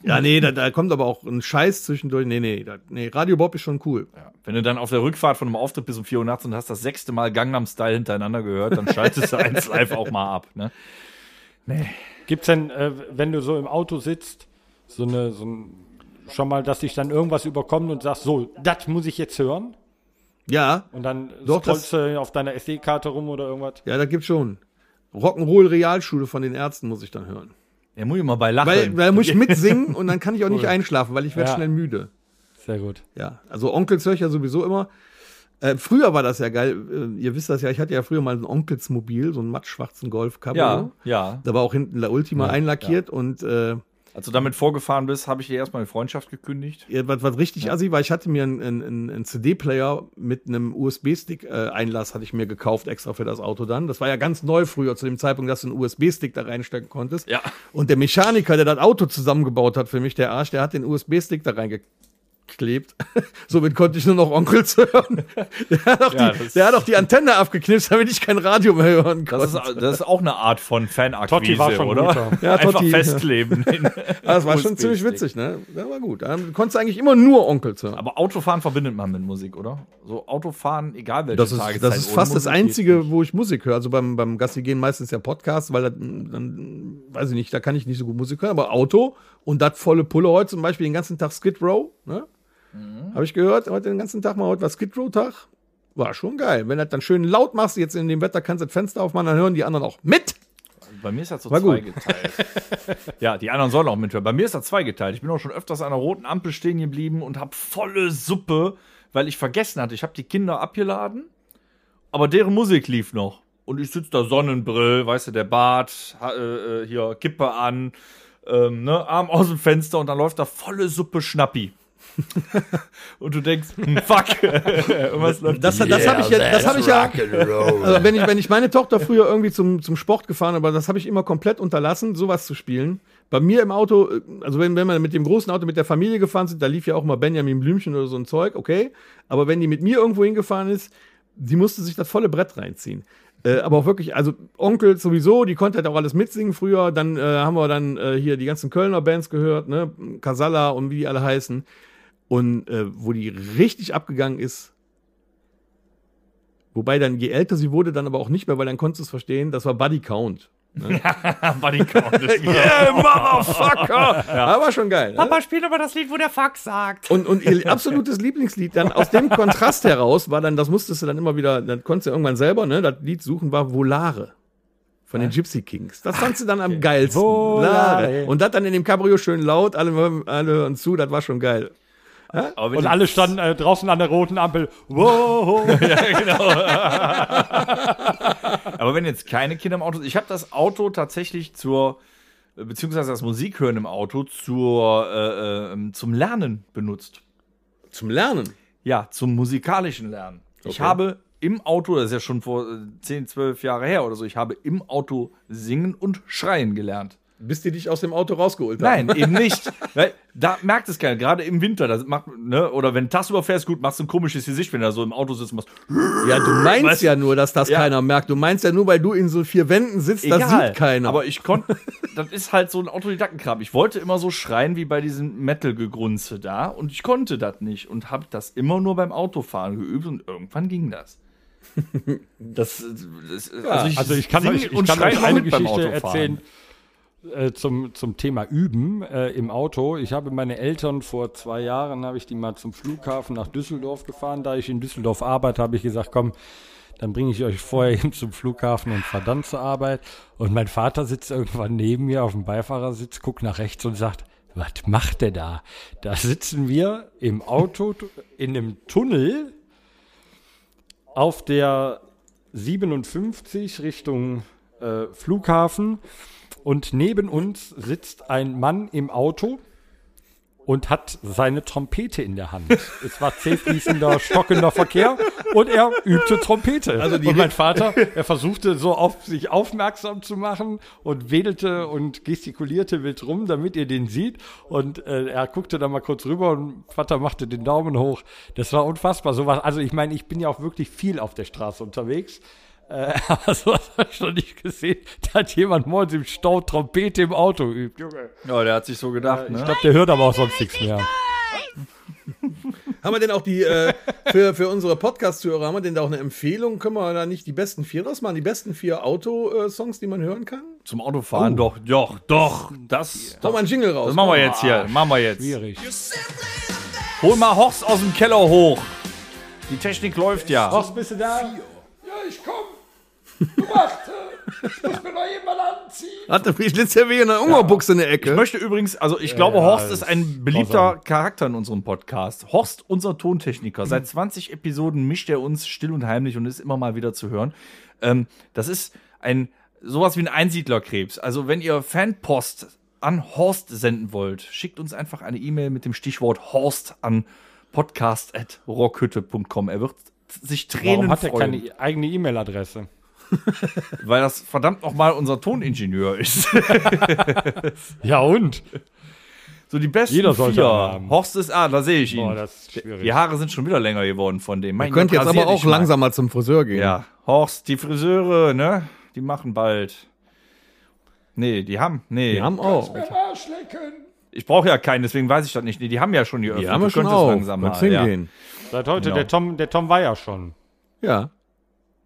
Ja, nee, da, da kommt aber auch ein Scheiß zwischendurch. Nee, nee, da, nee, Radio Bob ist schon cool.
Wenn du dann auf der Rückfahrt von einem Auftritt bis um 4 Uhr nachts und hast das sechste Mal Gangnam Style hintereinander gehört, dann schaltest du eins live auch mal ab. Ne?
Gibt's denn, äh, wenn du so im Auto sitzt, so eine, so ein, schon mal, dass dich dann irgendwas überkommt und sagst, so, das muss ich jetzt hören?
Ja,
Und dann
Doch,
scrollst du auf deiner SD-Karte rum oder irgendwas?
ja, da gibt's schon. Rock'n'Roll Realschule von den Ärzten muss ich dann hören.
Ja, muss ich mal bei lachen.
Weil, weil muss ich mitsingen und dann kann ich auch nicht einschlafen, weil ich werde
Ja.
schnell müde.
Sehr gut.
Ja, also Onkels höre ich ja sowieso immer. Äh, früher war das ja geil. Äh, ihr wisst das ja, ich hatte ja früher mal ein Onkelsmobil, so einen mattschwarzen Golf
ja, ja.
Da war auch hinten La Ultima einlackiert und äh,
Als du damit vorgefahren bist, habe ich dir erstmal die Freundschaft gekündigt.
ja, äh, was, was richtig assi war, ich hatte mir einen, einen, einen CD-Player mit einem USB-Stick-Einlass hatte ich mir gekauft, extra für das Auto dann. Das war ja ganz neu früher, zu dem Zeitpunkt, dass du einen USB-Stick da reinstecken konntest.
Ja.
Und der Mechaniker, der das Auto zusammengebaut hat für mich, der Arsch, der hat den USB-Stick da reingeklebt. Somit konnte ich nur noch Onkels hören. Der hat auch,
Ja,
die,
das-
der hat auch die Antenne abgeknipst, damit ich kein Radio mehr hören konnte.
Das ist, das ist auch eine Art von Fanakquise,
Totti war schon
oder?
guter.
Ja,
Einfach
Totti.
festkleben.
Ah, das war schon ziemlich witzig, ne? Das war gut. Dann konntest du eigentlich immer nur Onkels hören.
Aber Autofahren verbindet man mit Musik, oder? So Autofahren, egal welche
Das ist,
Tageszeit.
das ist
ohne
fast das
Musik geht
Einzige, wo ich Musik höre. Also beim, beim Gassi gehen meistens ja Podcast, weil das, mm, dann, mm, weiß ich nicht, da kann ich nicht so gut Musik hören, aber Auto und das volle Pulle heute zum Beispiel den ganzen Tag Skid Row, ne?
Mhm.
Habe ich gehört, heute den ganzen Tag mal, heute war Skid Row Tag. War schon geil. Wenn du das dann schön laut machst, jetzt in dem Wetter kannst du das Fenster aufmachen, dann hören die anderen auch mit.
nicht. Bei mir ist das so
War gut.
zweigeteilt. ja, die anderen sollen auch mithören. Bei mir ist das zweigeteilt. Ich bin auch schon öfters an einer roten Ampel stehen geblieben und habe volle Suppe, weil ich vergessen hatte. Ich habe die Kinder abgeladen, aber deren Musik lief noch. Und ich sitze da Sonnenbrill, weißt du, der Bart, ha- äh, äh, hier Kippe an, ähm, ne, Arm aus dem Fenster und dann läuft da volle Suppe Schnappi. und du denkst, hm, fuck, irgendwas läuft
Das, das habe ich ja, das habe ich ja. Also wenn ich, wenn ich meine Tochter früher irgendwie zum, zum Sport gefahren, aber das habe ich immer komplett unterlassen, sowas zu spielen. Bei mir im Auto, äh, also wenn, wenn wir mit dem großen Auto mit der Familie gefahren sind, da lief ja auch mal Benjamin Blümchen oder so ein Zeug, okay. Aber wenn die mit mir irgendwo hingefahren ist, die musste sich das volle Brett reinziehen. Äh, aber auch wirklich, also Onkel sowieso, die konnte halt auch alles mitsingen früher. Dann äh, haben wir dann äh, hier die ganzen Kölner Bands gehört, ne? Casalla und wie die alle heißen. Und äh, wo die richtig abgegangen ist, Wobei dann, je älter sie wurde, dann aber auch nicht mehr, weil dann konntest du es verstehen, das war Buddy Count.
Buddy Count.
Yeah,
Oh
Motherfucker! Aber schon geil. Ne?
Papa spielt aber das Lied, wo der Fuck sagt.
Und, und ihr absolutes Lieblingslied dann aus dem Kontrast heraus war dann, das musstest du dann immer wieder, dann konntest du irgendwann selber, ne, das Lied suchen war Volare. Von den Gypsy Kings. Das fandst du dann am geilsten. Volare. Und das dann in dem Cabrio schön laut, alle, alle und zu, das war schon geil.
Aber wenn
Und
die-
alle standen äh, draußen an der roten Ampel. Wow.
Aber wenn jetzt keine Kinder im Auto sind, ich habe das Auto tatsächlich zur, äh, beziehungsweise das Musikhören im Auto zur, äh, ähm, zum Lernen benutzt.
Zum Lernen.
Ja, zum musikalischen Lernen. Ich habe im Auto, das ist ja schon vor äh, 10, 12 Jahre her oder so, ich habe im Auto singen und schreien gelernt.
Bis die dich aus dem Auto rausgeholt haben.
Nein, eben nicht. Weil da merkt es keiner, gerade im Winter. Das macht, ne? Oder wenn du tagsüber fährst, gut, machst du ein komisches Gesicht, wenn du da so im Auto sitzt und machst.
Ja, du meinst ja nur, dass das
Ja.
keiner merkt. Du meinst ja nur, weil du in so vier Wänden sitzt, das
Egal,
sieht keiner.
Aber ich konnte, das ist halt so ein Autodidaktenkram. Ich wollte immer so schreien wie bei diesem Metal-Gegrunze da und ich konnte das nicht und habe das immer nur beim Autofahren geübt und irgendwann ging das. Das, das
Also ich kann
sing
euch, ich
und
kann
schreie
euch eine
mit beim
Geschichte
Autofahren.
erzählen äh, zum, zum Thema Üben äh, im Auto. Ich habe meine Eltern vor zwei Jahren, habe ich die mal zum Flughafen nach Düsseldorf gefahren. Da ich in Düsseldorf arbeite, habe ich gesagt, komm, dann bringe ich euch vorher hin zum Flughafen und fahre dann zur Arbeit. Und mein Vater sitzt irgendwann neben mir auf dem Beifahrersitz, guckt nach rechts und sagt, was macht der da? Da sitzen wir im Auto in einem Tunnel auf der 57 Richtung äh, Flughafen und neben uns sitzt ein Mann im Auto und hat seine Trompete in der Hand. Es war zähfließender, stockender Verkehr und er übte Trompete. Also und mein Vater, er versuchte so auf sich aufmerksam zu machen und wedelte und gestikulierte wild rum, damit ihr den sieht. Und äh, er guckte dann mal kurz rüber und Vater machte den Daumen hoch. Das war unfassbar. Sowas. Also ich meine, ich bin ja auch wirklich viel auf der Straße unterwegs. Äh, aber sowas habe ich noch nicht gesehen. Da hat jemand morgens im Stau Trompete im Auto übt. Junge.
Ja, Oh, der hat sich so gedacht,
Ich
ne?
glaube, der hört aber auch sonst nichts mehr.
Haben wir denn auch die, äh, für, für unsere Podcast-Zuhörer, haben wir denn da auch eine Empfehlung? Können wir da nicht die besten vier draus machen? Die besten vier Auto-Songs, die man hören kann?
Zum Autofahren, doch, Oh. doch, doch. Das, das,
Hau mal einen Jingle raus.
das machen wir jetzt hier. Machen wir jetzt.
Schwierig.
Hol mal Horst aus dem Keller hoch. Die Technik läuft ja.
Horst, bist du da? Ja, ich komm. Du warte. Ich muss mir noch jemand anziehen.
Hat der letztes Jahr wieder eine Ungerbuchse in der
Ich
Ecke.
möchte übrigens, also ich glaube, Horst ist ein beliebter Charakter in unserem Podcast. Horst, unser Tontechniker. Seit 20 Episoden mischt er uns still und heimlich und ist immer mal wieder zu hören. Ähm, das ist ein sowas wie ein Einsiedlerkrebs. Also wenn ihr Fanpost an Horst senden wollt, schickt uns einfach eine E-Mail mit dem Stichwort Horst an podcast.rockhütte.com. Er wird sich Tränen
Warum hat er
freuen,
keine eigene E-Mail-Adresse?
weil das verdammt nochmal unser Toningenieur ist.
Ja, und?
So die besten
Jeder sollte
vier.
einen haben.
Horst ist, ah, da sehe ich ihn.
Boah, das ist schwierig.
Die Haare sind schon wieder länger geworden von dem. Mein
Ihr könnt
Gott,
jetzt
rasier
aber
dich
auch
mal.
langsamer zum Friseur gehen.
Ja, Horst, die Friseure, ne? Die machen bald. Nee, die haben, nee.
Die haben auch.
Ich brauche ja keinen, deswegen weiß ich das nicht. Nee, die haben ja schon geöffnet.
Die haben
Du
wir schon
könntest
auch.
langsam mal.
Kannst
Ja.
hingehen.
Seit heute,
Genau.
der, Tom, der Tom war ja schon.
Ja.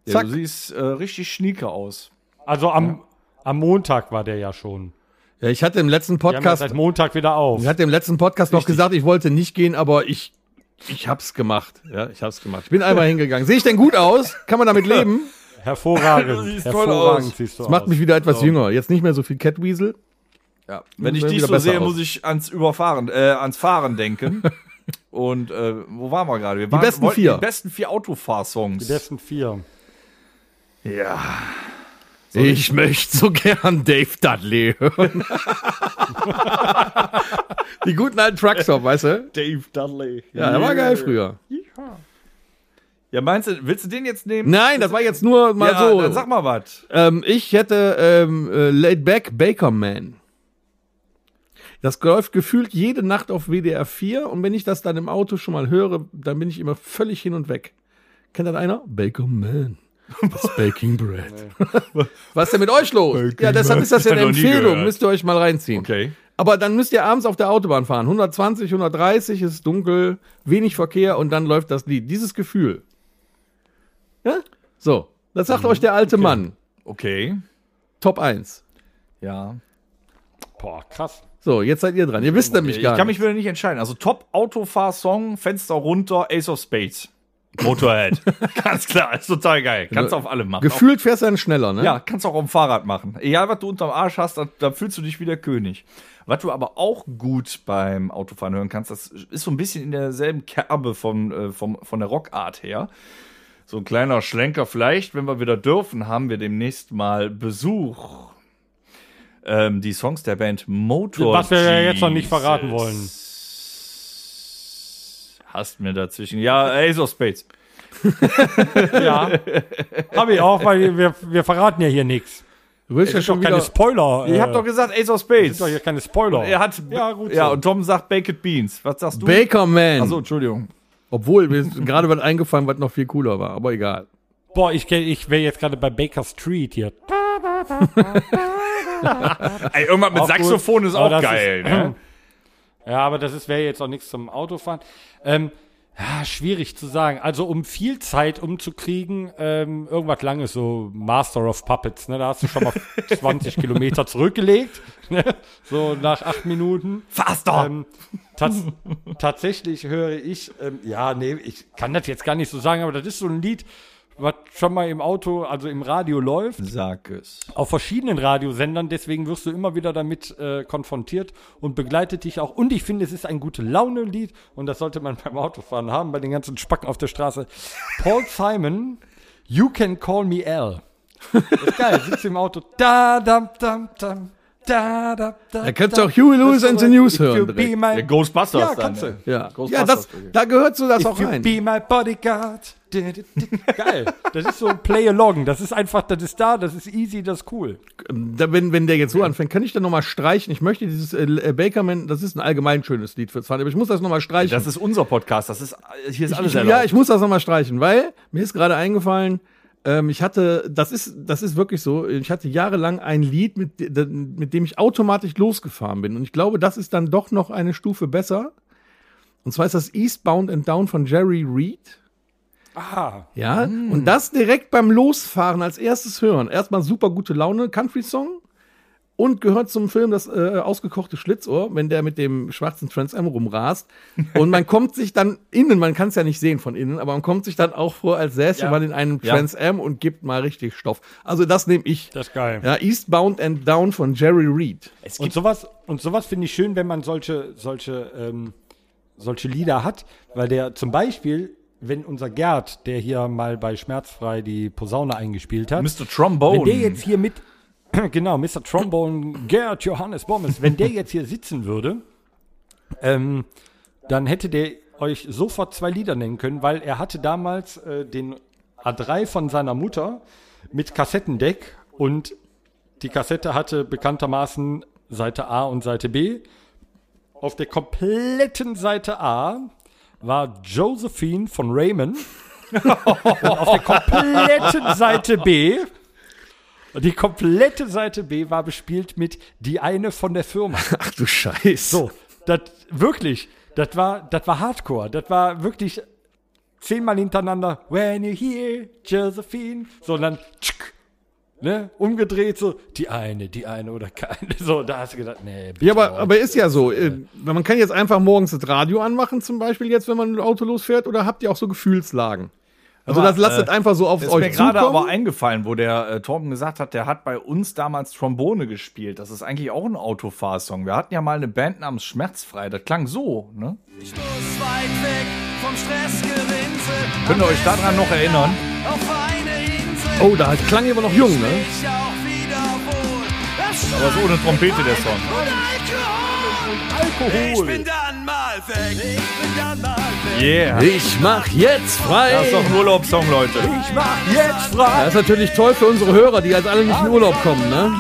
Ja,
Zack.
du siehst äh, richtig schnieke aus.
Also am, am Montag war der ja schon.
ja, ich hatte im letzten
Wir haben ja
Podcast,
seit Montag wieder auf.
ich hatte im letzten Podcast noch gesagt, ich wollte nicht gehen, aber ich, ich hab's gemacht. Ja, ich hab's gemacht. Ich bin einmal hingegangen. Sehe ich denn gut aus? Kann man damit leben?
Hervorragend.
Du siehst toll
hervorragend
aus.
siehst du
Das macht mich wieder etwas jünger. Jetzt nicht mehr so viel Catweasel.
Ja, wenn ich
sehen
dich
wieder
so
besser
sehe,
aus.
muss ich ans Überfahren, äh, ans Fahren denken. Und äh, wo waren wir gerade? Wir waren,
besten
wollten
vier.
Die besten vier Autofahr-Songs.
Die besten vier.
ja.
Ich möchte so gern Dave Dudley hören. Die guten alten Truckstop, weißt du?
Dave Dudley.
Ja, der war geil früher.
Ja, meinst du, willst du den jetzt nehmen?
Nein, das war jetzt nur mal
ja,
so.
dann sag mal was.
Ähm, ich hätte ähm, äh, Laid Back Baker Man. Das läuft gefühlt jede Nacht auf WDR 4 und wenn ich das dann im Auto schon mal höre, dann bin ich immer völlig hin und weg. Kennt das einer? Baker Man. Das Baking Bread. Was ist denn mit euch los? ja, deshalb ist das ja eine
Hab ich noch nie
Empfehlung.
gehört.
Müsst ihr euch mal reinziehen.
Okay.
Aber dann müsst ihr abends auf der Autobahn fahren. 120, 130, ist dunkel, wenig Verkehr und dann läuft das Lied. Dieses Gefühl. Ja? So, das sagt
Mhm.
euch der alte Mann.
Okay.
Top 1.
Ja.
Boah, krass.
So, jetzt seid ihr dran. Ihr wisst nämlich
Ich
gar
kann
nicht.
mich wieder nicht entscheiden. Also Top Autofahr-Song, Fenster runter, Ace of Spades. Motorhead. Ganz klar, ist total geil. Kannst auf alle machen.
Gefühlt fährst du dann schneller, ne?
Ja, kannst auch am Fahrrad machen. Egal, was du unterm Arsch hast, da, da fühlst du dich wie der König. Was du aber auch gut beim Autofahren hören kannst, das ist so ein bisschen in derselben Kerbe von, äh, vom, von der Rockart her. So ein kleiner Schlenker vielleicht, wenn wir wieder dürfen, haben wir demnächst mal Besuch. Ähm, die Songs der Band Motor.
Was wir ja jetzt noch nicht
Jesus.
verraten wollen.
Hast mir dazwischen. Ja, Ace of Spades.
Ja. Habe ich auch, weil wir, wir verraten ja hier nichts.
Du willst ja
Ist doch
schon
keine
wieder.
Spoiler.
Ich hab doch gesagt Ace of Spades.
Ist doch hier keine Spoiler.
Er hat
Ja, gut
ja
so.
und Tom sagt Baked Beans. Was sagst du?
Baker Man.
Also-
Achso, Entschuldigung.
Obwohl, mir ist gerade was eingefallen, was noch viel cooler war. Aber egal.
Boah, ich, kenn- ich wäre jetzt gerade bei Baker Street hier.
Ey, irgendwas mit
Auch gut.
Saxophon ist
Aber das
auch geil.
ist- Mhm.
ne?
Ja, aber das ist- wäre jetzt auch nichts zum Autofahren. Ähm, ja, schwierig zu sagen. Also um viel Zeit umzukriegen, ähm, irgendwas langes, so Master of Puppets, ne? Da hast du schon mal 20 Kilometer zurückgelegt, ne? so nach acht Minuten.
Faster.
Ähm, tats tatsächlich höre ich, ähm, ja, nee, ich kann das jetzt gar nicht so sagen, aber das ist so ein Lied, was schon mal im Auto, also im Radio läuft
Sag es.
auf verschiedenen Radiosendern, deswegen wirst du immer wieder damit äh, konfrontiert und begleitet dich auch. Und ich finde, es ist ein gute Laune-Lied und das sollte man beim Autofahren haben, bei den ganzen Spacken auf der Straße. Paul Simon, You Can Call Me L. Ist geil, sitzt im Auto. Da, dam, dam, dam. Da, da, da,
Da könntest du auch Huey Lewis and the News hören direkt.
Der Ghostbusters
Ja,
dann,
kannst
ey.
du.
Ja,
Groß
ja das,
passt das.
da gehört so das auch
If you
rein.
be my bodyguard. Di- di- di- Geil. Das ist so ein Play-Along. Das ist einfach, das ist da, das ist easy, das ist cool.
Ähm, Da, wenn, wenn der jetzt so anfängt, kann ich dann nochmal streichen. Ich möchte dieses äh, äh, Bakerman, das ist ein allgemein schönes Lied fürs Fahren, aber ich muss das nochmal streichen.
Das ist unser Podcast. Das ist hier ist alles
ich, ja, ich muss das nochmal streichen, weil mir ist gerade eingefallen, ähm, ich hatte, das ist, das ist wirklich so, ich hatte jahrelang ein Lied, mit, de- mit dem ich automatisch losgefahren bin. Und ich glaube, das ist dann doch noch eine Stufe besser. Und zwar ist das Eastbound and Down von Jerry Reed.
Ah,
Ja, und das direkt beim Losfahren als erstes hören. Erstmal super gute Laune, Country-Song. Und gehört zum Film das äh, ausgekochte Schlitzohr, wenn der mit dem schwarzen Trans Am rumrast. Und man kommt sich dann innen, man kann es ja nicht sehen von innen, aber man kommt sich dann auch vor, als säße
Ja.
man in einem
Ja.
Trans Am und gibt mal richtig Stoff. Also das nehme ich.
das ist geil.
Ja, Eastbound and Down von Jerry Reed.
Und sowas, und sowas finde ich schön, wenn man solche, solche, ähm, solche Lieder hat, weil der zum Beispiel, wenn unser Gerd, der hier mal bei Schmerzfrei die Posaune eingespielt hat,
Mr. Trombone.
wenn der jetzt hier mit, genau, Mr. Trombone, Gerd Johannes Bommes, wenn der jetzt hier sitzen würde, ähm, dann hätte der euch sofort zwei Lieder nennen können, weil er hatte damals äh, den A3 von seiner Mutter mit Kassettendeck und die Kassette hatte bekanntermaßen Seite A und Seite B. Auf der kompletten Seite A war Josephine von Raymond. und auf der kompletten Seite B, die komplette Seite B war bespielt mit die eine von der Firma.
Ach du Scheiß.
So, das wirklich, das war, das war Hardcore. Das war wirklich zehnmal hintereinander. When you hear Josephine, sondern tschk, ne, umgedreht so die eine, die eine oder keine. So, da hast du gedacht, nee. bitte,
Ja, aber,
Leute.
aber ist ja so. äh, Man kann jetzt einfach morgens das Radio anmachen, zum Beispiel jetzt, wenn man ein Auto losfährt, oder habt ihr auch so Gefühlslagen? Also das lasst das einfach so auf
Ist mir
euch
gerade aber
zukommen.
eingefallen, wo der äh, Torben gesagt hat, der hat bei uns damals Trombone gespielt. Das ist eigentlich auch ein Autofahrsong. Wir hatten ja mal eine Band namens Schmerzfrei. Das klang so, ne?
Ich muss weit weg vom Stressgerinnsel.
Könnt ihr euch daran noch erinnern?
Auf eine Insel.
Oh, da klang ihr aber noch jung, ne?
Ich auch wieder wohl.
Aber so ohne Trompete der Song.
Ich bin dann mal weg. Ich bin dann mal weg.
Yeah.
Ich mach jetzt frei.
Das ist doch ein Urlaubssong, Leute. Ich mach jetzt frei.
Das ist natürlich toll für unsere Hörer, die jetzt alle nicht in Urlaub kommen, ne?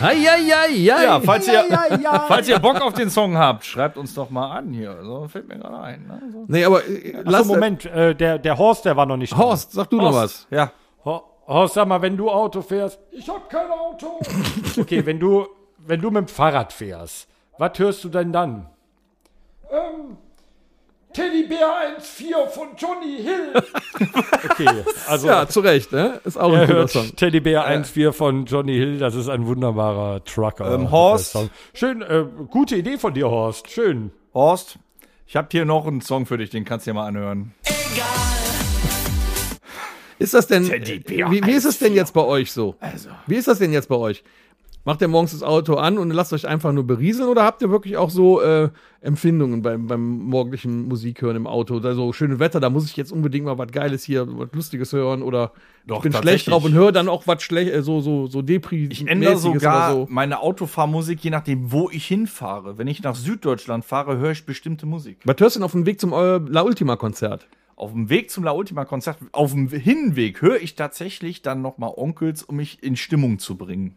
Ei, ei, ei, ei.
Ja, falls ihr, falls ihr Bock auf den Song habt, schreibt uns doch mal an hier. So fällt mir gerade ein. Ne? So.
Nee, aber äh,
Ach
lass
so, Moment, äh, der, der Horst, der war noch nicht. dran.
Horst, sag du noch was.
Ja.
Ho- Horst, Oh, sag mal, wenn du Auto fährst. Ich hab kein Auto. okay, wenn du, wenn du mit dem Fahrrad fährst, was hörst du denn dann? Ähm, Teddybär 1.4 von Johnny Hill. okay, also
Ja, zu Recht, ne? Ist auch ein
er
guter
hört
Song.
Äh,
Teddybär 1.4 von Johnny Hill. Das ist ein wunderbarer Trucker.
Ähm, Horst.
Song. Schön, äh, gute Idee von dir, Horst. Schön.
Horst, ich hab hier noch einen Song für dich, den kannst du dir mal anhören.
Ist das denn,
Teddybär
wie, wie ist es denn jetzt bei euch so? Wie ist das denn jetzt bei euch? Macht ihr morgens das Auto an und lasst euch einfach nur berieseln oder habt ihr wirklich auch so äh, Empfindungen beim, beim morgendlichen Musikhören im Auto? Da so schönes Wetter, da muss ich jetzt unbedingt mal was Geiles hier, was Lustiges hören oder ich
Doch,
bin schlecht
tatsächlich.
drauf und höre dann auch was schlecht, äh, so, so, so depri
Ich ändere sogar
so.
meine Autofahrmusik, je nachdem, wo ich hinfahre. Wenn ich nach Süddeutschland fahre, höre ich bestimmte Musik.
Was hörst du denn auf dem Weg zum äh, La Ultima-Konzert?
Auf dem Weg zum La Ultima-Konzert, auf dem Hinweg, höre ich tatsächlich dann nochmal Onkels, um mich in Stimmung zu bringen.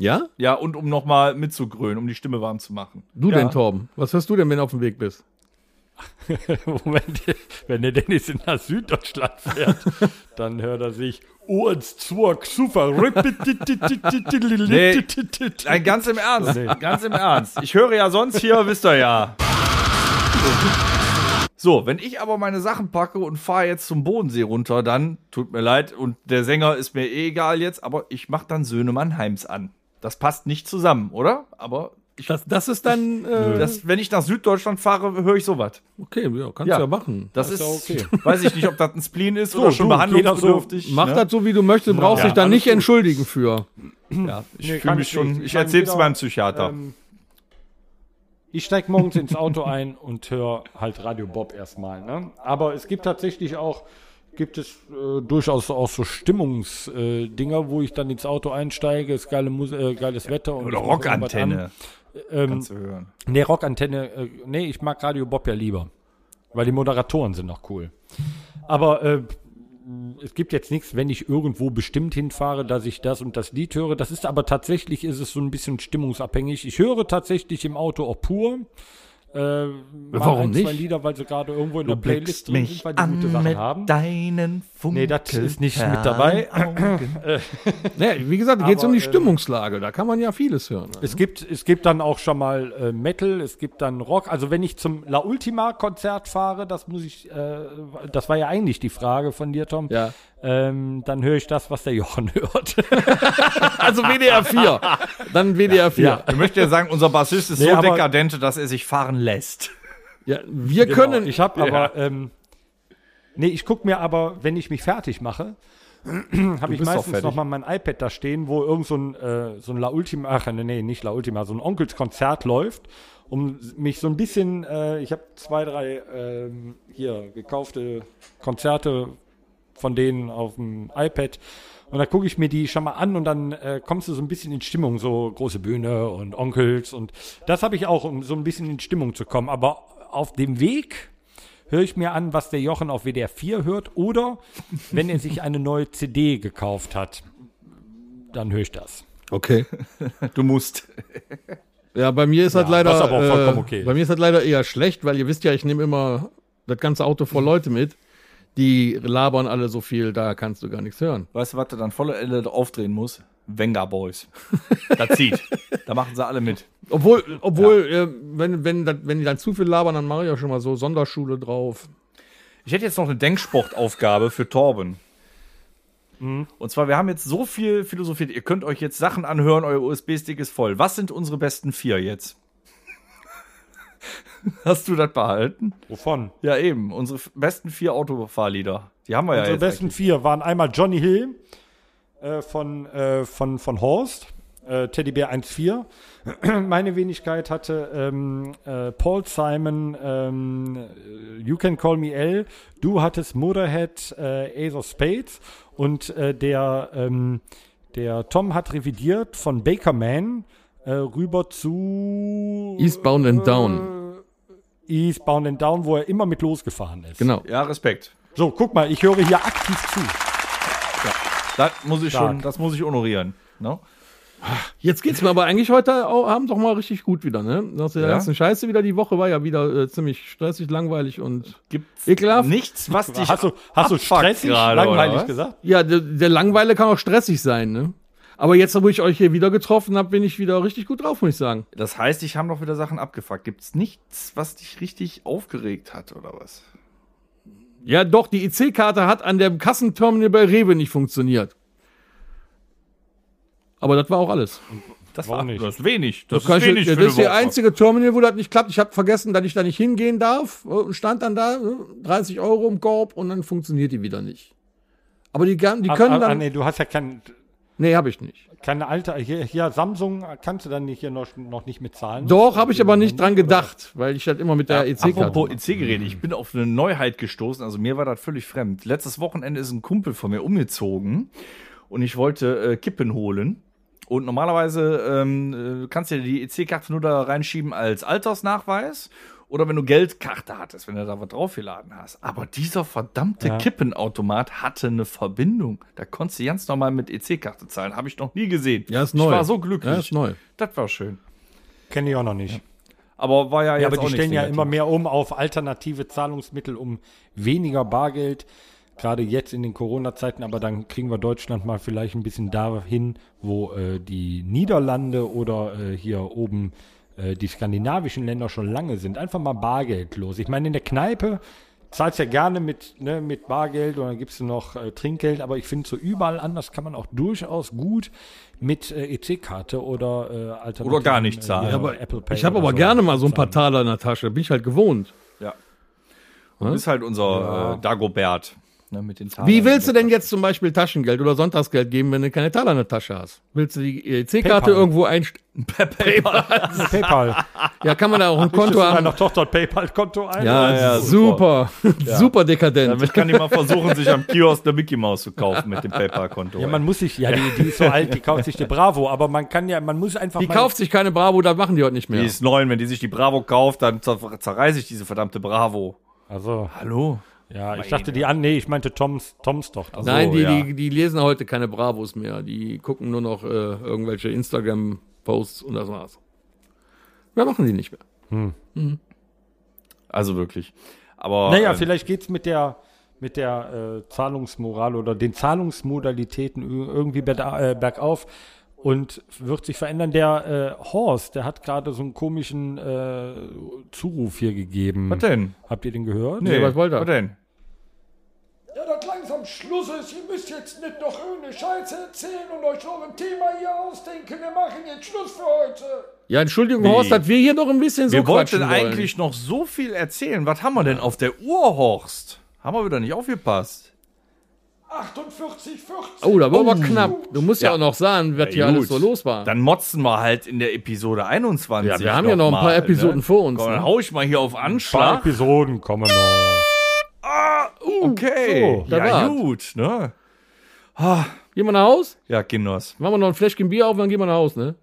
Ja?
Ja, und um nochmal mitzugrölen, um die Stimme warm zu machen.
Du
ja.
denn, Torben? Was hörst du denn, wenn du auf dem Weg bist?
Moment, wenn der Dennis in nach Süddeutschland fährt, dann hört er sich oh, Ohrens, Zwurk, Super,
Nee. Nein, ganz im Ernst. Ganz im Ernst. Ich höre ja sonst hier, wisst ihr ja. So, wenn ich aber meine Sachen packe und fahre jetzt zum Bodensee runter, dann tut mir leid und der Sänger ist mir eh egal jetzt, aber ich mache dann Söhnemann Heims an. Das passt nicht zusammen, oder? Aber ich,
Das, das ist dann, äh,
das, wenn ich nach Süddeutschland fahre, höre ich sowas.
okay, ja, kannst du ja machen.
Das ist,
ist ja
weiß ich nicht, ob das ein Spleen ist oder schon
du,
behandlungsbedürftig.
Mach
ne?
das so, wie du möchtest, brauchst
Ja,
dich dann
alles
nicht entschuldigen für.
Ja, ich
Nee,
fühle
kann
mich
ich
schon,
nicht.
ich
Kann
erzähl's
jeder, ähm,
meinem Psychiater.
Ich steige morgens ins Auto ein und höre halt Radio Bob erstmal. Ne? Aber es gibt tatsächlich auch, gibt es äh, durchaus auch so Stimmungsdinger, äh, Dinger, wo ich dann ins Auto einsteige, ist geile Mus äh, geiles Wetter und
oder
ich mach irgendwas an.
Rockantenne.
Ähm,
Zu hören.
Nee, Rockantenne, äh, nee, ich mag Radio Bob ja lieber. Weil die Moderatoren sind noch cool. Aber äh, es gibt jetzt nichts, wenn ich irgendwo bestimmt hinfahre, dass ich das und das Lied höre. Das ist aber tatsächlich, ist es so ein bisschen stimmungsabhängig. Ich höre tatsächlich im Auto auch pur. Äh,
Warum
ein, zwei
nicht?
Lieder, weil sie gerade irgendwo in der Playlist drin sind, weil die gute Sachen haben.
deinen Funken.
Nee, das ist nicht mit dabei.
Naja, wie gesagt, geht es um die
äh,
Stimmungslage. Da kann man ja vieles hören.
Es gibt, es gibt dann auch schon mal äh, Metal, es gibt dann Rock. Also wenn ich zum La Ultima-Konzert fahre, das muss ich, äh, das war ja eigentlich die Frage von dir, Tom.
Ja.
Ähm, dann höre ich das, was der Jochen hört.
Also WDR 4. Dann WDR 4. Ja.
Ich möchte ja sagen, unser Bassist ist
Nee,
so
aber-
dekadent, dass er sich fahren lässt.
wir können.
Genau. Ich habe aber, ähm, nee, ich guck mir aber, wenn ich mich fertig mache, habe ich
bist doch
meistens
fertig.
noch mal mein iPad da stehen, wo irgend so ein, äh, so ein La Ultima, ach nee, nicht La Ultima, so ein Onkelskonzert läuft, um mich so ein bisschen, äh, ich habe zwei, drei ähm, hier gekaufte Konzerte von denen auf dem iPad. Und da gucke ich mir die schon mal an und dann äh, kommst du so ein bisschen in Stimmung, so große Bühne und Onkels und das habe ich auch, um so ein bisschen in Stimmung zu kommen. Aber auf dem Weg höre ich mir an, was der Jochen auf WDR 4 hört oder wenn er sich eine neue CD gekauft hat, dann höre ich das.
okay.
Du musst.
Ja, bei mir ist halt leider.
was aber auch vollkommen
äh,
okay.
Bei mir ist halt leider eher schlecht, weil ihr wisst ja, ich nehme immer das ganze Auto voll Leute mit. Die labern alle so viel, da kannst du gar nichts hören.
Weißt du, was du dann volle Elle aufdrehen musst? Venga Boys. Das zieht. da machen sie alle mit.
Obwohl, obwohl, äh, wenn, wenn, dat- wenn die dann zu viel labern, dann mache ich auch schon mal so Sonderschule drauf.
Ich hätte jetzt noch eine Denksportaufgabe für Torben.
Mhm.
Und zwar, wir haben jetzt so viel philosophiert. Ihr könnt euch jetzt Sachen anhören, euer USB-Stick ist voll. Was sind unsere besten vier jetzt? Hast du das behalten?
Wovon?
Ja, eben. Unsere f- besten vier Autofahrlieder. Die haben wir ja
Unsere
jetzt.
besten vier waren einmal Johnny Hill äh, von, äh, von, von Horst, äh, Teddybär 1.4. Meine Wenigkeit hatte ähm, äh, Paul Simon, ähm, You Can Call Me L. Du hattest Motorhead, äh, Ace of Spades. Und äh, der, ähm, der Tom hat revidiert von Baker Man äh, rüber zu
Eastbound and Down.
Eastbound and Down, wo er immer mit losgefahren ist.
Genau.
Ja, Respekt.
So, guck mal, ich höre hier aktiv zu.
Das muss ich
Stark.
schon, das muss ich honorieren. Ne?
Jetzt geht's mir aber eigentlich heute au- Abend doch mal richtig gut wieder, ne? Nach der
Ja?
ganzen Scheiße wieder. Die Woche war ja wieder äh, ziemlich stressig, langweilig und
Gibt's
ekelhaft.
nichts, was dich.
Hast du, hast du
abfuckt
stressig,
gerade, oder
langweilig
was?
gesagt?
Ja, der, der Langweile kann auch stressig sein, ne? Aber jetzt, wo ich euch hier wieder getroffen habe, bin ich wieder richtig gut drauf, muss ich sagen.
Das heißt, ich habe noch wieder Sachen abgefuckt. Gibt's nichts, was dich richtig aufgeregt hat oder was?
Ja, doch, die IC-Karte hat an dem Kassenterminal bei Rewe nicht funktioniert. Aber das war auch alles.
Das
Warum nicht?
Das ist wenig. Das,
Kann
ist
ich,
wenig
ja,
für
das ist
eine
die
Woche.
einzige Terminal, wo das nicht klappt. Ich habe vergessen, dass ich da nicht hingehen darf. äh, Und stand dann da, ne, 30 Euro im Korb und dann funktioniert die wieder nicht. Aber die, gan- die
Ah,
können
ah, ah,
dann.
nee, du hast ja kein,
Nee, habe ich nicht.
keine alte. Hier, hier, Samsung kannst du dann nicht, hier noch, noch nicht mitzahlen.
Doch, habe ich aber nicht dran gedacht, weil ich das immer mit der E EC-Karte.
Apropos E EC-Gerät, ich bin auf eine Neuheit gestoßen, also mir war das völlig fremd. Letztes Wochenende ist ein Kumpel von mir umgezogen und ich wollte äh, Kippen holen. Und normalerweise ähm, äh, kannst du dir die EC-Karte nur da reinschieben als Altersnachweis oder wenn du Geldkarte hattest, wenn du da was draufgeladen hast. Aber dieser verdammte Kippenautomat hatte eine Verbindung. Da konntest du ganz normal mit EC-Karte zahlen. Habe ich noch nie gesehen.
Ja, ist
ich
neu.
war so glücklich.
Ja, ist neu.
Das war schön.
Kenne ich auch noch nicht.
Aber war ja,
Ja,
jetzt
aber
auch
die
nichts
stellen ja
Negatives.
immer mehr um auf alternative Zahlungsmittel, um weniger Bargeld. Gerade jetzt in den Corona-Zeiten, aber dann kriegen wir Deutschland mal vielleicht ein bisschen dahin, wo äh, die Niederlande oder äh, hier oben äh, die skandinavischen Länder schon lange sind. Einfach mal bargeldlos. Ich meine, in der Kneipe zahlst ja gerne mit, ne, mit Bargeld oder gibst du noch äh, Trinkgeld, aber ich finde so überall anders kann man auch durchaus gut mit äh, EC-Karte oder äh, alternativen,
Oder gar nicht
äh,
zahlen.
hier
Ja,
aber
Apple Pay
Ich habe
oder
aber
so.
gerne mal so ein paar Taler in der Tasche. Bin ich halt gewohnt.
Ja. Und ist halt unser äh, Dagobert ne, mit den Zahlen.
Hm? Wie willst du denn jetzt zum Beispiel Taschengeld oder Sonntagsgeld geben, wenn du keine Taler in der Tasche hast? Willst du die EC-Karte
PayPal.
irgendwo einstellen?
PayPal.
Ja, kann man da auch ein Konto
Richtest du
haben.
deiner Tochter ein PayPal-Konto ein? Also,
Ja,
Ja, ja,
super. Super dekadent.
Damit kann ich mal versuchen, sich am Kiosk eine Mickey Maus zu kaufen mit dem PayPal-Konto.
Ja, man muss sich, ja, die, die ist so alt, die kauft sich die Bravo, aber man kann ja, man muss einfach.
Die
mal-
kauft sich keine Bravo, da machen die heute nicht
die
mehr.
ist neun, wenn die sich die Bravo kauft, dann zer zerreiße ich diese verdammte Bravo.
Also,
Hallo?
ja, ich dachte die an, nee, ich meinte Toms, Toms Tochter.
Also-
Nein, die,
ja.
die, die lesen heute keine Bravos mehr. Die gucken nur noch äh, irgendwelche Instagram-Posts und das war's. Mehr machen die nicht mehr.
Also wirklich. Aber
naja,
ähm,
vielleicht geht's mit der, mit der äh, Zahlungsmoral oder den Zahlungsmodalitäten ir- irgendwie berda- äh, bergauf und wird sich verändern. Der äh, Horst, der hat gerade so einen komischen äh, Zuruf hier gegeben.
Was denn?
Habt ihr den gehört?
Nee, was wollt ihr?
Was denn?
Ja, das langsam Schluss ist. Ihr müsst jetzt nicht noch irgendeine Scheiße erzählen und euch eurem Thema hier ausdenken. Wir machen jetzt Schluss für heute.
Ja, Entschuldigung, Horst, dass wir hier noch ein bisschen so
Wir wollten
quatschen
eigentlich noch so viel erzählen. Was haben wir denn auf der Uhr, Horst? Haben wir wieder nicht aufgepasst?
48, 40.
Oh, da war aber knapp. Du musst ja,
Ja.
auch noch sagen, was hier
gut.
alles so los war.
Dann motzen wir halt in der Episode 21.
Ja, wir haben ja noch ein paar
mal,
Episoden vor uns,
Komm,
ne?
dann hau ich mal hier auf
Ein paar
Anschlag.
Episoden kommen noch.
Uh, Okay.
da
ja,
war's.
gut, ne?
Gehen wir nach Haus?
Ja, Kinders.
Machen wir noch ein Fläschchen Bier auf und dann gehen wir nach Hause, ne?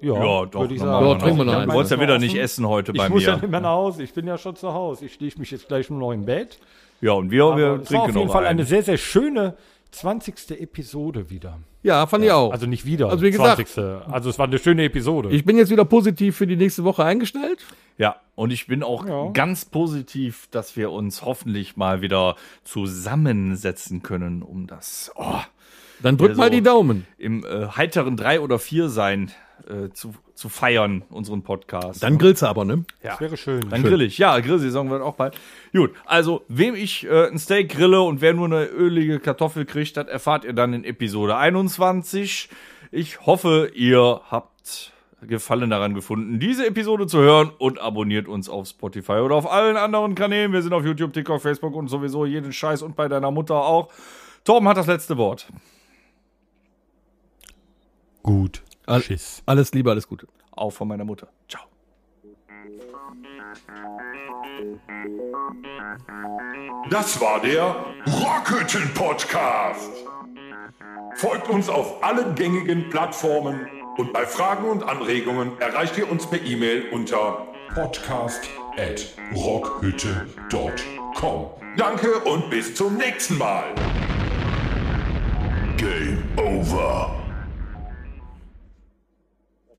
Ja, doch.
würd ich
dann
sagen.
machen
Ja, trinken wir noch
Ja,
einen.
Du wolltest ja
Meinst du
wieder
offen?
nicht essen heute bei
ich muss ja
mir.
nicht mehr nach Hause. Ich bin ja schon zu Hause. Ich lege mich jetzt gleich nur noch im Bett.
Ja, und wir,
Aber
wir
es war auf
trinken
jeden
noch
Fall
einen.
eine sehr, sehr schöne 20. Episode wieder.
Ja, fand ich auch.
Also nicht wieder.
Also wie gesagt-
20. Also es war eine schöne Episode.
Ich bin jetzt wieder positiv für die nächste Woche eingestellt.
Ja, und ich bin auch ganz positiv, dass wir uns hoffentlich mal wieder zusammensetzen können, um das oh,
Dann drück
Ja, so.
mal die Daumen.
im äh, heiteren Drei- oder Vier-Sein äh, zu, zu feiern, unseren Podcast.
grillst du aber, ne?
das wäre schön.
Dann grill ich. Ja, Grillsaison wird auch bald. Gut, also wem ich äh, ein Steak grille und wer nur eine ölige Kartoffel kriegt, das erfahrt ihr dann in Episode 21. Ich hoffe, ihr habt Gefallen daran gefunden, diese Episode zu hören und abonniert uns auf Spotify oder auf allen anderen Kanälen. Wir sind auf YouTube, TikTok, Facebook und sowieso jeden Scheiß und bei deiner Mutter auch. Torben hat das letzte Wort.
Gut.
Al-
Schiss.
Alles Liebe, alles Gute.
Auch von meiner Mutter. Ciao.
Das war der Rockhütten Podcast. Folgt uns auf allen gängigen Plattformen und bei Fragen und Anregungen erreicht ihr uns per E-Mail unter podcast@rockhütte.com. Danke und bis zum nächsten Mal. Game over.